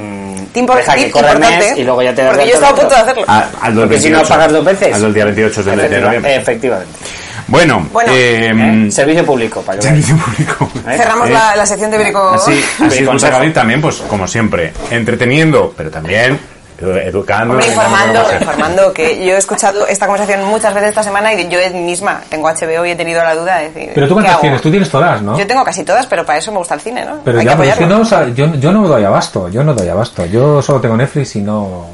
S10: Mm,
S11: Tip impor-
S10: deja que
S11: tip
S10: corra el
S11: importante,
S10: mes y luego ya te das
S11: ¿eh? Porque
S10: de
S11: yo
S10: alta
S11: estaba a
S10: en
S11: punto de
S10: otro.
S11: hacerlo.
S9: Ah,
S8: A- Ah, al dos
S10: Porque si no
S8: 28.
S10: pagas dos veces.
S8: Al día 28 del mes de noviembre.
S10: Efectivamente.
S8: Bueno,
S11: Bueno,
S8: eh,
S10: ¿Eh? Servicio público, para que veas.
S8: servicio público.
S10: ¿Eh?
S11: Cerramos
S8: Eh,
S11: la, la sección de Brico.
S9: Ah,
S8: Así, así es
S10: Consejo.
S8: Musa Gadir también, pues como siempre, entreteniendo, pero también eh, educando.
S11: Hombre, informando,
S8: educando.
S11: informando, que yo he escuchado esta conversación muchas veces esta semana y yo misma tengo HBO y he tenido la duda de decir.
S9: Pero tú
S11: ¿qué
S9: cuántas
S11: hago?
S9: tienes? Tú tienes todas, ¿no?
S11: Yo tengo casi todas, pero para eso me gusta el cine, ¿no?
S9: Pero
S11: Hay
S9: ya,
S11: que
S9: pero es que
S11: apoyarlo.
S9: no, o sea, yo, yo no doy abasto, yo no doy abasto. Yo solo tengo Netflix y no...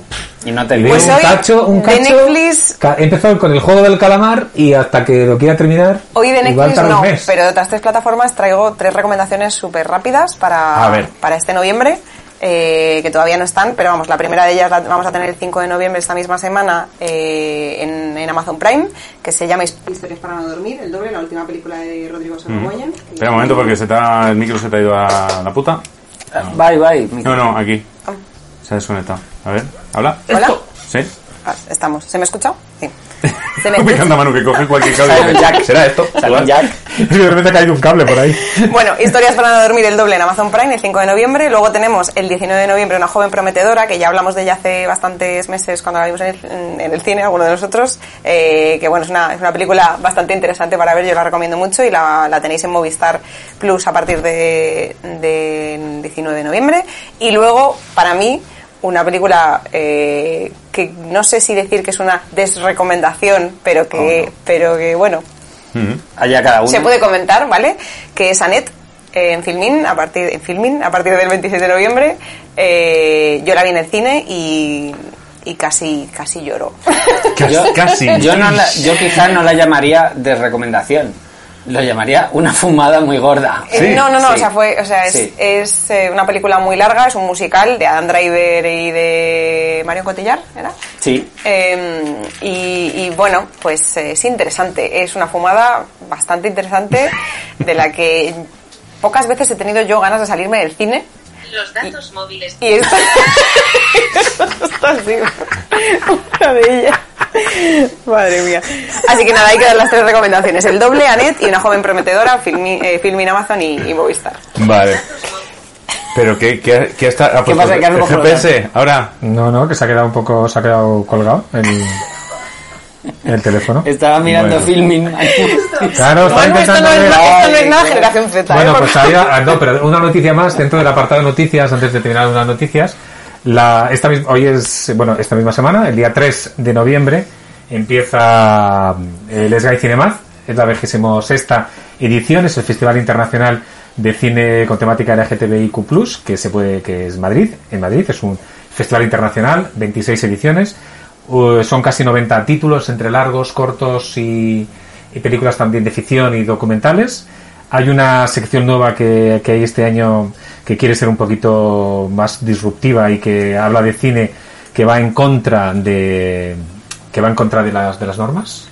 S10: Y no te
S9: y veo
S11: Pues
S9: un
S11: hoy,
S9: cacho, un
S11: de
S9: cacho...
S11: Netflix-
S9: ca- He empezado con el juego del calamar y hasta que lo quiera terminar...
S11: Hoy de
S9: igual
S11: Netflix
S9: tarda un
S11: no,
S9: mes.
S11: pero de otras tres plataformas traigo tres recomendaciones súper rápidas para,
S8: A ver.
S11: para este noviembre, eh, que todavía no están, pero vamos, la primera de ellas la vamos a tener el 5 de noviembre esta misma semana eh, en, en Amazon Prime, que se llama Historias para no dormir, el doble, la última película de Rodrigo Sorogoyen.
S8: Espera un momento porque se te ha- el micro se te ha ido a la puta.
S10: Ah, Bye, bye. mi-
S8: No, no, aquí. Se ha desconectado. A ver, habla.
S11: Hola,
S8: Sí.
S11: Ah, estamos. ¿Se me escucha? Sí. Se me
S8: Me
S11: escucha.
S8: encanta mano que coge cualquier cable. y
S10: Simon
S8: dice,
S10: Jack.
S8: ¿Será esto?
S10: Simon Jack.
S9: Es que de repente ha caído un cable por ahí.
S11: Bueno, historias para no dormir el doble en Amazon Prime el 5 de noviembre. Luego tenemos el 19 de noviembre una joven prometedora que ya hablamos de ella hace bastantes meses cuando la vimos en el, en el cine, alguno de nosotros. eh, que bueno, es una, es una película bastante interesante para ver, yo la recomiendo mucho y la, la tenéis en Movistar Plus a partir de- del 19 de noviembre. Y luego, para mí, una película eh, que no sé si decir que es una desrecomendación, pero que, pero que bueno,
S10: Allá cada uno.
S11: se puede comentar, ¿vale? Que es Anet eh, en Filmin a partir en Filmin a partir del 26 de noviembre. Eh, yo la vi en el cine y, y casi casi lloro.
S8: Casi.
S10: Yo,
S8: casi.
S10: Yo, no la- yo quizás no la llamaría de recomendación. Lo llamaría una fumada muy gorda.
S11: Eh, no, no, no,
S10: Sí.
S11: o sea, fue, o sea, es,
S10: Sí.
S11: es, eh, una película muy larga, es un musical de Adam Driver y de Mario Cotillar, ¿era?
S10: Sí.
S11: Eh, y, y, bueno, pues eh, es interesante. Es una fumada bastante interesante de la que pocas veces he tenido yo ganas de salirme del cine.
S13: Los datos móviles.
S11: Y esta, esta sí, una de ellas. Madre mía. Así que nada, hay que dar las tres recomendaciones. El doble, Anet y una joven prometedora, Filmin, eh, Filmin, Amazon y, y Movistar.
S8: Vale. Pero que, que, que hasta ha puesto
S10: pasa? ¿Que has
S8: el
S10: cogido
S8: GPS ahora.
S9: No, no, que se ha quedado un poco, se ha quedado colgado el, el teléfono.
S10: Estaba mirando
S8: Bueno.
S10: filming.
S9: Claro, estaba
S11: Bueno, esto
S9: intentando
S11: no es,
S9: ver-
S11: nada- esto no es nada generación Z. ¿eh?
S9: Bueno,
S11: Por
S9: pues
S11: favor.
S9: había, ah, no, pero una noticia más dentro del apartado de noticias, antes de terminar unas noticias. La, esta misma, hoy es, bueno, esta misma semana, el día 3 de noviembre, empieza mm, el Esgai Cinemaz, es la 26 edición, es el Festival Internacional de Cine con temática LGTBIQ+, que se puede, que es Madrid, en Madrid, es un festival internacional, 26 ediciones, Uh, son casi 90 títulos entre largos, cortos y, y películas también de ficción y documentales. Hay una sección nueva que, que hay este año que quiere ser un poquito más disruptiva y que habla de cine que va en contra de que va en contra de las de las normas.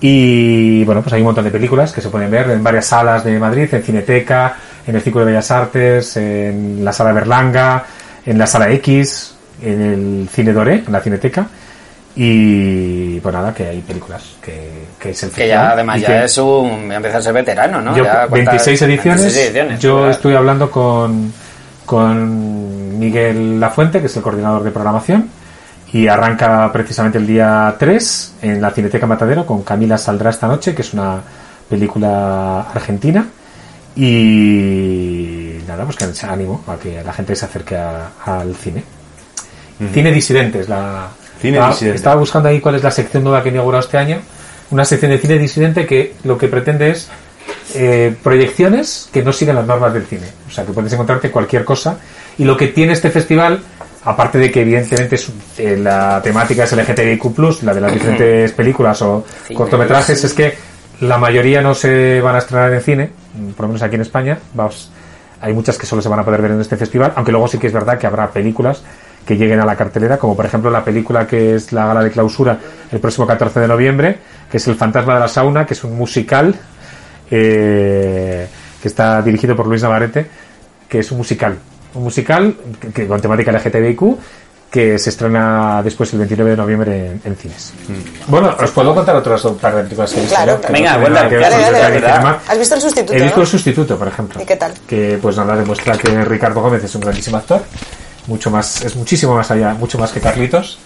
S9: Y bueno, pues hay un montón de películas que se pueden ver en varias salas de Madrid, en Cineteca, en el Círculo de Bellas Artes, en la Sala Berlanga, en la Sala X. en el Cine Doré, en la Cineteca. Y pues nada, que hay películas que, que es el
S10: Que ya
S9: festival
S10: además
S9: y
S10: ya
S9: que-
S10: es un. Ya empieza a ser veterano, ¿no?
S9: yo,
S10: Ya cuenta-
S9: 26 ediciones.
S10: 26 ediciones,
S9: yo
S10: claro.
S9: estuve hablando con, con Miguel Lafuente, que es el coordinador de programación, y arranca precisamente el día 3 en la Cineteca Matadero con Camila Saldrá esta noche, que es una película argentina. Y nada, pues que se animo a que la gente se acerque a- al cine. Cine disidentes. La,
S8: Cine
S9: la-
S8: disidente.
S9: Estaba buscando ahí cuál es la sección nueva que he inaugurado este año. Una sección de cine disidente que lo que pretende es eh, proyecciones que no siguen las normas del cine. O sea, que puedes encontrarte cualquier cosa. Y lo que tiene este festival, aparte de que evidentemente es, eh, la temática es LGTBIQ, la de las diferentes películas o
S10: Cine,
S9: cortometrajes,
S10: sí.
S9: es que la mayoría no se van a estrenar en cine, por lo menos aquí en España. Vamos, hay muchas que solo se van a poder ver en este festival, aunque luego sí que es verdad que habrá películas que lleguen a la cartelera, como por ejemplo la película que es la gala de clausura el próximo 14 de noviembre, que es El fantasma de la sauna, que es un musical eh, que está dirigido por Luis Navarrete, que es un musical. Un musical que- que- con temática LGTBIQ que se estrena después el 29 de noviembre en, en cines. Bueno, os puedo contar otras par de películas que he visto
S11: Claro,
S9: yo, que
S10: venga,
S9: tienen nada
S10: cuéntame,
S9: que ver
S11: dale,
S9: con
S11: dale,
S9: el
S10: dale,
S9: tema.
S10: dale.
S11: ¿Has visto el sustituto?
S9: He visto
S11: no?
S9: el sustituto, por ejemplo.
S11: ¿Y qué tal?
S9: Que pues nada, demuestra que Ricardo Gómez es un grandísimo actor, mucho más, es muchísimo más allá, mucho más que Carlitos.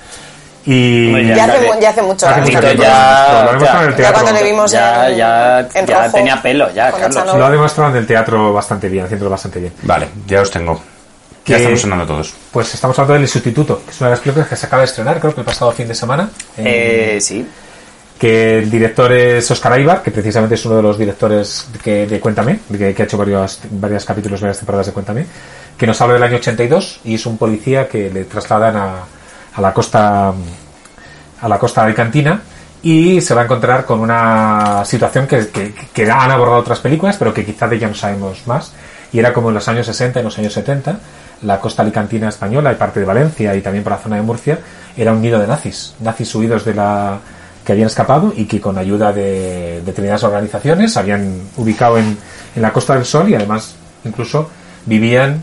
S9: Y
S10: Muy bien.
S11: Ya hace,
S10: Dale.
S11: mu- ya hace mucho.
S9: Hace
S11: ¿no?
S9: mucho
S10: Carlitos
S9: tiempo,
S10: Ah, ya-
S9: lo haremos
S10: ya.
S9: con el
S10: Ya
S11: Ya
S9: teatro.
S11: cuando le vimos
S10: Ya-
S11: en,
S10: ya-
S11: en
S10: ya
S11: rojo,
S10: tenía pelo ya,
S11: con
S10: Carlos.
S11: Echano.
S9: Lo ha demostrado en el teatro bastante bien, haciéndolo bastante bien.
S8: Vale, ya os tengo.
S9: Que-
S8: Ya estamos sonando todos.
S9: Pues estamos hablando del sustituto, que es una de las películas que se acaba de estrenar, creo que el pasado fin de semana. en-
S10: Eh, sí.
S9: que el director es Oscar Aibar, que precisamente es uno de los directores que, de Cuéntame, que, que ha hecho varios, varios capítulos, varias temporadas de Cuéntame, que nos habla del año 82 y es un policía que le trasladan a, a la costa a la costa alicantina y se va a encontrar con una situación que, que, que han abordado otras películas, pero que quizá de ella no sabemos más. Y era como en los años 60 y en los años 70, la costa alicantina española y parte de Valencia y también por la zona de Murcia era un nido de nazis, nazis huidos de la que habían escapado y que con ayuda de determinadas organizaciones se habían ubicado en, en la Costa del Sol y además incluso vivían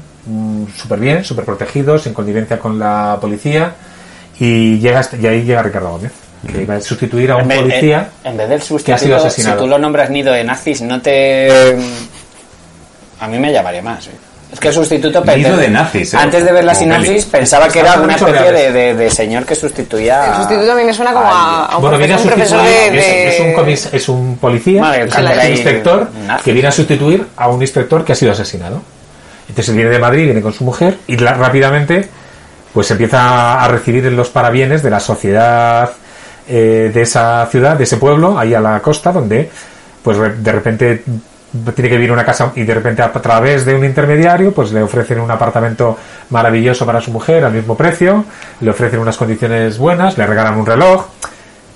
S9: súper bien, súper protegidos, en connivencia con la policía y llega este- y ahí llega Ricardo Gómez que va a sustituir a un
S11: Eh,
S10: En vez-
S9: policía
S10: en- en vez del
S9: que ha sido
S10: sustituto, si
S9: asesinado
S10: tú lo nombras nido de nazis, no te. A mí me llamaría más. ¿eh? Es que el sustituto.
S8: Nido de nazis, ¿eh?
S10: Antes de ver la
S8: Como peli.
S10: sinopsis, pensaba que era
S9: Estamos
S10: una
S9: mucho
S10: especie de,
S9: reales.
S10: de- de señor que sustituía.
S11: El sustituto a mí me suena como a, a un
S9: bueno viene a
S11: profesor, un
S9: sustituir
S11: profesor de, de-
S9: es, es un comis- es un policía
S10: Madre,
S9: es un
S10: claro, ahí-
S9: inspector
S10: nazi.
S9: que viene a sustituir a un inspector que ha sido asesinado entonces él viene de Madrid viene con su mujer y la- rápidamente pues empieza a recibir los parabienes de la sociedad eh, de esa ciudad, de ese pueblo, ahí a la costa, donde pues re- de repente tiene que vivir una casa y de repente a través de un intermediario pues le ofrecen un apartamento maravilloso para su mujer al mismo precio, le ofrecen unas condiciones buenas, le regalan un reloj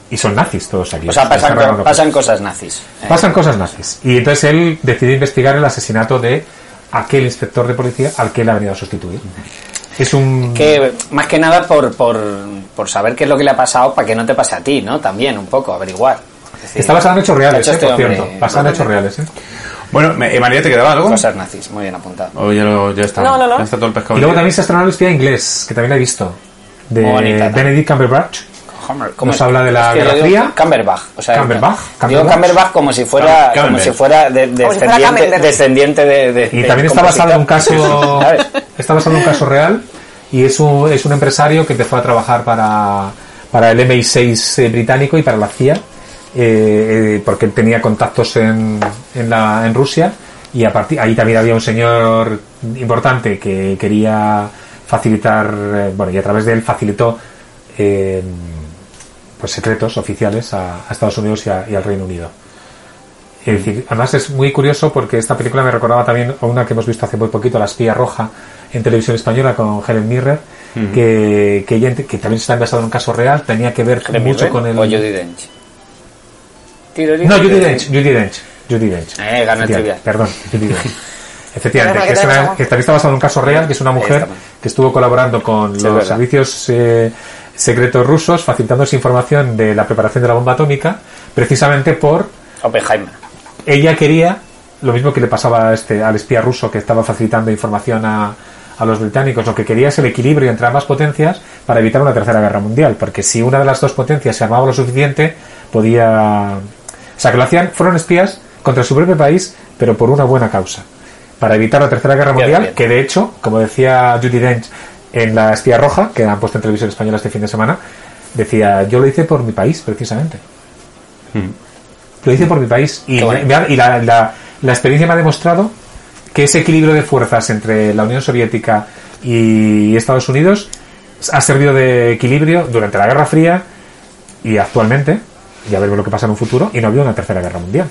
S9: y son nazis todos aquí.
S10: O sea,
S9: Están
S10: pasan,
S9: regalando
S10: co- pasan cosas nazis. Eh,
S9: Pasan cosas nazis. Y entonces él decide investigar el asesinato de aquel inspector de policía al que él ha venido a sustituir. Es un...
S10: Que más que nada por, por, por saber qué es lo que le ha pasado para que no te pase a ti, ¿no? También, un poco, averiguar. Es decir,
S9: Está basado en hechos reales,
S10: ¿qué ha
S9: eh,
S10: hecho
S9: por
S10: este
S9: cierto.
S10: hombre?
S9: Basado en hechos reales, eh.
S8: Bueno, me- eh, María, ¿te quedaba algo?
S10: Cosas nazis, muy bien apuntado.
S8: O ya, lo- ya está.
S11: No, no, no.
S8: Ya está todo el pescado.
S9: Y luego
S8: libre.
S9: también se ha estrenado el espía inglés, que también la he visto. De
S10: Muy bonita, también.
S9: Benedict Cumberbatch.
S10: Homer,
S9: Nos habla de la
S10: que yo
S9: Guerra
S10: digo
S9: Fría.
S10: Cumberbatch. O sea,
S9: Cumberbatch,
S10: Digo
S9: Cumberbatch.
S10: Cumberbatch como si fuera,
S8: Cumberbatch.
S10: como si fuera de-
S11: Como si fuera
S10: descendiente,
S11: Camembert.
S10: descendiente de, de-
S9: Y
S10: del
S9: también está basado en un
S10: compositor.
S9: caso.
S10: ¿Sabes?
S9: está basado en un caso real. Y es un, es un empresario que empezó a trabajar para, para el MI6 eh, británico y para la CIA. eh, eh, porque él tenía contactos en, en, la, en Rusia. Y a partir, ahí también había un señor importante que quería facilitar. eh, bueno, y a través de él facilitó. eh, pues secretos oficiales a, a Estados Unidos y a- y al Reino Unido. Es decir, además es muy curioso porque esta película me recordaba también a una que hemos visto hace muy poquito, La espía roja, en televisión española con Helen Mirren, que, que, ella ent- que también está basada en un caso real, tenía que ver mucho con el...
S10: ¿eh? O Judi Dench.
S9: No, Judy Dench, Judy Dench, Judi Dench.
S10: Eh, ganó el
S9: Efectivamente,
S10: trivial.
S9: Perdón, Judi Dench. Efectivamente,
S11: Pero
S9: que,
S11: la
S9: es
S11: que
S9: una-
S11: tenemos.
S9: que también está basado en un caso real, que es una mujer
S10: está.
S9: que estuvo colaborando con
S10: Sí, es
S9: los
S10: verdad.
S9: servicios eh, secretos rusos, facilitándose información de la preparación de la bomba atómica, precisamente por
S10: Oppenheimer.
S9: ella quería lo mismo que le pasaba a este, al espía ruso que estaba facilitando información a, a los británicos. Lo que quería es el equilibrio entre ambas potencias para evitar una tercera guerra mundial, porque si una de las dos potencias se armaba lo suficiente, podía. O sea, que lo hacían, fueron espías contra su propio país, pero por una buena causa. Para evitar la tercera guerra mundial,
S10: bien.
S9: que de hecho, como decía Judy Dench en La Espía Roja, que han puesto en televisión española este fin de semana, decía: Yo lo hice por mi país, precisamente. Lo hice por mi país. Y,
S10: Qué bonito.
S9: me ha- y la, la- la experiencia me ha demostrado que ese equilibrio de fuerzas entre la Unión Soviética y Estados Unidos ha servido de equilibrio durante la Guerra Fría y actualmente. Ya veremos lo que pasa en un futuro. Y no ha habido una tercera guerra mundial.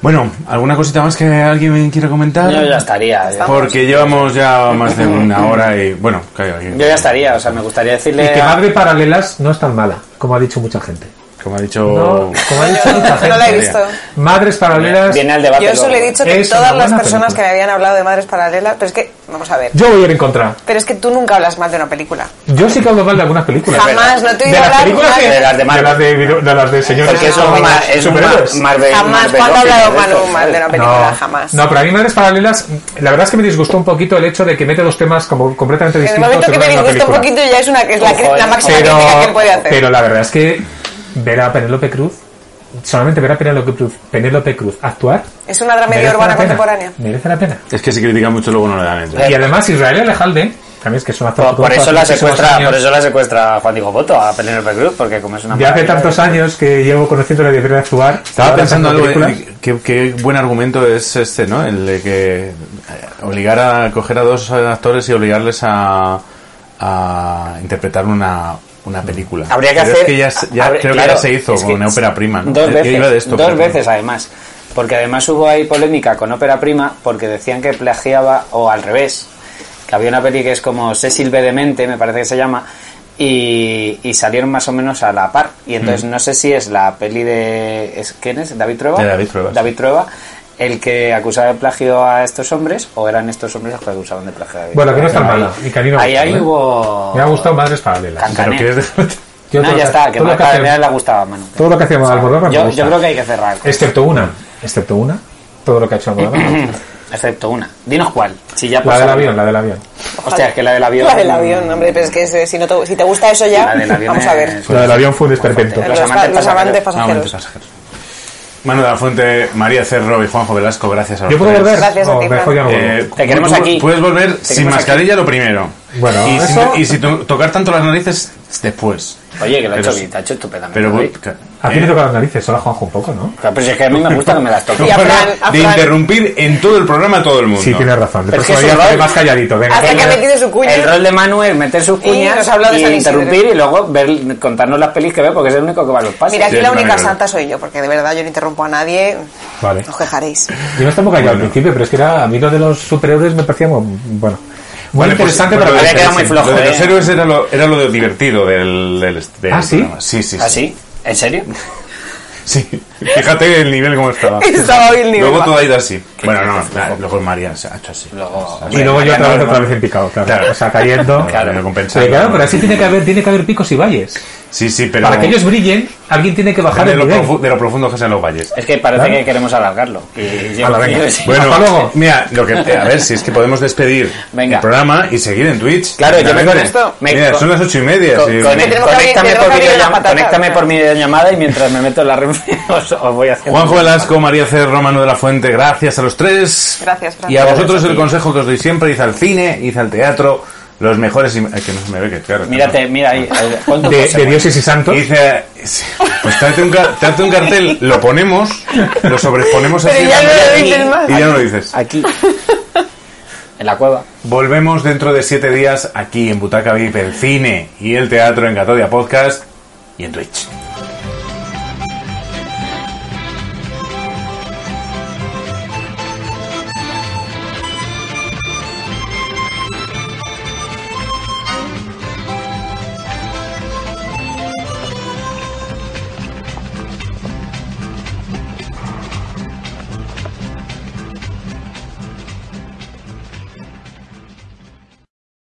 S8: Bueno, ¿alguna cosita más que alguien quiera
S11: Ah.
S8: comentar?
S10: Yo ya estaría. ¿eh? yo-
S8: Porque llevamos ya más de una hora y. Bueno, calla,
S10: Yo ya estaría, o sea, me gustaría
S9: Y
S10: decirle.
S9: que
S10: a-
S9: madre paralelas no es tan mala, como ha dicho mucha gente.
S8: Como ha dicho.
S9: No, como ha dicho mucha gente.
S11: No la he visto.
S9: Madres paralelas.
S10: Viene al debate.
S11: Yo solo
S10: luego.
S11: he dicho que
S9: Es
S11: todas
S9: una
S11: las
S9: buena
S11: personas
S9: película.
S11: que me habían hablado de Madres Paralelas, pero es que, vamos a ver,
S9: Yo voy a ir en contra.
S11: pero es que tú nunca hablas mal de una película.
S9: Yo sí que hablo mal de algunas películas.
S11: Jamás, no te he
S9: de
S11: oído
S9: las
S11: hablar
S9: películas
S11: mal
S9: que-
S10: de las de Marvel.
S9: las de, video- de las de señores
S10: Porque eso
S11: No,
S10: es un
S11: no,
S10: ma- es un
S9: superhéroes.
S10: ma- Marvel.
S11: Jamás,
S10: Marvel
S11: ¿cuándo he
S10: Office,
S11: hablado
S10: de
S11: mal o
S10: estos,
S11: mal de una
S10: ¿sabes?
S11: película? jamás.
S9: No, pero a mí Madres Paralelas, la verdad es que me disgustó un poquito el hecho de que mete dos temas como completamente
S11: En el
S9: distintos.
S11: momento
S9: en
S11: que me
S9: una misma
S11: disgusta un
S9: película.
S11: poquito ya es, una, es la,
S10: Ojo,
S11: la
S10: eh.
S11: máxima
S9: pero,
S11: crítica que él puede hacer.
S9: pero la verdad es que ver a Penélope Cruz, solamente ver a Penélope Cruz, Penélope Cruz actuar,
S11: es una
S9: merece
S11: dramedia
S9: la
S11: urbana
S9: pena.
S11: contemporánea.
S9: Merece la pena.
S8: Es que si critica mucho luego no le dan entrada.
S9: Y además Israel Alejalde, también es que es un actor
S10: Por,
S9: que
S10: por
S9: conozco
S10: eso la
S9: hace muchísimos
S10: secuestra,
S9: años.
S10: por eso la secuestra Juan Diego Boto a Penélope Cruz, porque como es una
S9: Ya hace
S10: maravilla,
S9: tantos
S10: ¿eh?
S9: años que llevo conociéndole de ver actuar.
S8: Estaba
S9: ahora
S8: pensando
S9: tantas
S8: algo.
S9: películas.
S8: eh, Qué, qué buen argumento es este, ¿no? El de que eh, obligar a coger a dos actores y obligarles a, a interpretar una, una película.
S10: Habría que
S8: Pero
S10: hacer.
S8: Es que ya, se- ya
S10: habr-
S8: creo que
S10: claro,
S8: ya se hizo
S10: es que
S8: con ópera prima. ¿no?
S10: Dos
S8: Yo
S10: veces.
S8: iba de esto,
S10: dos
S8: pero-
S10: veces además. Porque además hubo ahí polémica con ópera prima porque decían que plagiaba, o al revés, que había una peli que es como Cecil B. Demente, me parece que se llama, y, y salieron más o menos a la par. Y entonces no sé si es la peli de. ¿es- ¿Quién es? ¿David Trueba?
S8: Mm. De David Trueba, sí.
S10: David Trueba, el que acusaba de plagio a estos hombres, o eran estos hombres los que acusaban de plagio a David
S9: Bueno, que no es
S10: Trueba.
S9: tan
S10: Ahí-
S9: mala. Y que a mí me ha
S10: Ahí,
S9: gustado,
S10: ahí
S9: ¿eh?
S10: hubo.
S9: Me ha gustado Madres Paralelas.
S10: Cancané.
S8: Pero quieres dejar-
S9: Yo
S10: no,
S9: todo
S10: ya
S9: lo-
S10: está, que
S9: todo lo
S10: a
S9: que hacía-
S10: Carmen le gustaba, mano.
S9: todo lo que hacía Almodóvar me
S10: yo,
S9: gusta.
S10: yo creo que hay que cerrar.
S9: Excepto una, excepto una, todo lo que ha hecho Almodóvar. me gusta.
S10: Excepto una. Dinos cuál. Si ya
S9: la
S10: pasó-
S9: del avión, la del avión.
S10: Hostia, es que la del avión.
S11: La del avión, hombre, pero es que ese- si, no te, si te gusta eso ya,
S10: La del avión
S11: vamos a ver.
S10: es-
S9: La del avión fue un desperfecto.
S10: Los
S11: Los,
S10: amantes
S11: pa- los
S10: pasajeros.
S11: amantes
S8: Ah, bueno,
S11: pasajeros.
S8: pasajeros. Manu de la Fuente, María Cerro y Juanjo Velasco, gracias a los
S9: Yo puedo
S8: tres.
S9: volver. Oh,
S11: Gracias a
S9: No,
S11: ti, Fran.
S9: mejor ya no vuelvo.
S8: Eh,
S10: Te queremos
S8: tú
S10: aquí.
S8: Puedes volver sin
S10: queremos
S8: mascarilla lo primero.
S9: Bueno,
S8: y, si-
S9: eso-
S8: y si to- tocar tanto las narices después.
S10: Oye, que lo ha hecho
S8: Pero-
S10: bien, te ha hecho estupendamente.
S8: Pero voy.
S10: David.
S9: A ti te
S8: eh,
S9: toca las narices, solo a Juanjo un poco, ¿no?
S10: Claro, Pero si es que a mí me gusta que me las toque.
S11: Y a Fran, a
S8: de
S11: Fran.
S8: interrumpir en todo el programa a todo el mundo.
S9: Sí, tienes razón.
S10: Pero
S9: Pero
S10: es
S9: que
S10: que eso va-
S9: más calladito. Venga,
S11: Hasta que ha metido su cuña.
S10: El rol de Manu es meter sus cuñas
S11: nos habló de
S10: y
S11: San Isidro.
S10: interrumpir y luego ver, contarnos las pelis que ve porque es el único que va a los pasos.
S11: Mira, aquí
S8: Sí,
S11: la
S8: es
S11: única
S8: maravilloso.
S11: santa soy yo, porque de verdad yo no interrumpo a nadie.
S9: Vale.
S11: Os quejaréis.
S9: Yo no estaba callado al
S8: Bueno.
S9: principio, pero es que era, a mí lo de los superhéroes me parecía muy, bueno, muy
S8: Vale, pues,
S9: interesante,
S8: bueno,
S9: pero
S10: había
S8: lo de-
S10: quedado muy flojo,
S8: Lo de los
S10: eh.
S8: héroes era lo, era lo de divertido del, del, del
S9: ¿Ah, sí?
S8: programa. Sí, sí, sí.
S10: ¿Así? ¿En serio?
S8: Sí. Fíjate el nivel como estaba.
S11: Estaba hoy el nivel.
S8: Luego
S11: bajo.
S8: todo ha ido así. Bueno, no, la- luego María se ha hecho así.
S10: Luego-
S9: Y luego yo otra vez,
S10: Bueno,
S9: otra vez en picado, claro.
S8: Claro.
S9: O sea, cayendo.
S8: Claro, no compensa.
S9: Pero claro, pero así tiene que haber, tiene que haber picos y valles.
S8: Sí, sí, pero.
S9: Para que ellos brillen, alguien tiene que bajar
S8: de
S9: el
S8: lo,
S9: nivel.
S8: profu- de lo profundo que sean los valles.
S10: Es que parece
S9: Claro.
S10: que queremos alargarlo. Y yo-
S9: Hala, venga.
S10: sí.
S8: Bueno,
S9: Hasta luego.
S8: mira, lo que, a ver si es que podemos despedir
S10: Venga.
S8: el programa y seguir en Twitch.
S10: Claro, yo me
S8: Directamente.
S10: conecto. Me-
S8: Mira, son las ocho y media.
S10: Co-
S8: sí.
S10: con- este,
S11: que abrir-
S10: conéctame
S11: tenemos
S10: por
S11: que abrir
S10: videollam-
S11: una patata.
S10: conéctame por videollamada y mientras me meto en la red os, os voy haciendo.
S8: Juanjo Velasco, María C. Romano de la Fuente, gracias a los tres.
S11: Gracias, Fran.
S8: Y a
S10: Gracias
S8: vosotros
S10: a ti.
S8: el consejo que os doy siempre, id al cine, id al teatro, los mejores... im- Ay, que no se me ve, que claro.
S10: Mírate, mira ahí. ¿cuánto
S9: De,
S10: pasa?
S9: de dioses y
S8: Y
S9: santos.
S8: dice, sí, pues tráete un, car- tráete un cartel, lo ponemos, lo sobreponemos así
S11: Pero ya no lo
S8: y-
S11: dices más.
S8: y ya no lo dices.
S10: Aquí. En la cueva.
S8: Volvemos dentro de siete días aquí en Butaca VIP, el cine y el teatro en Catodia Podcast y en Twitch.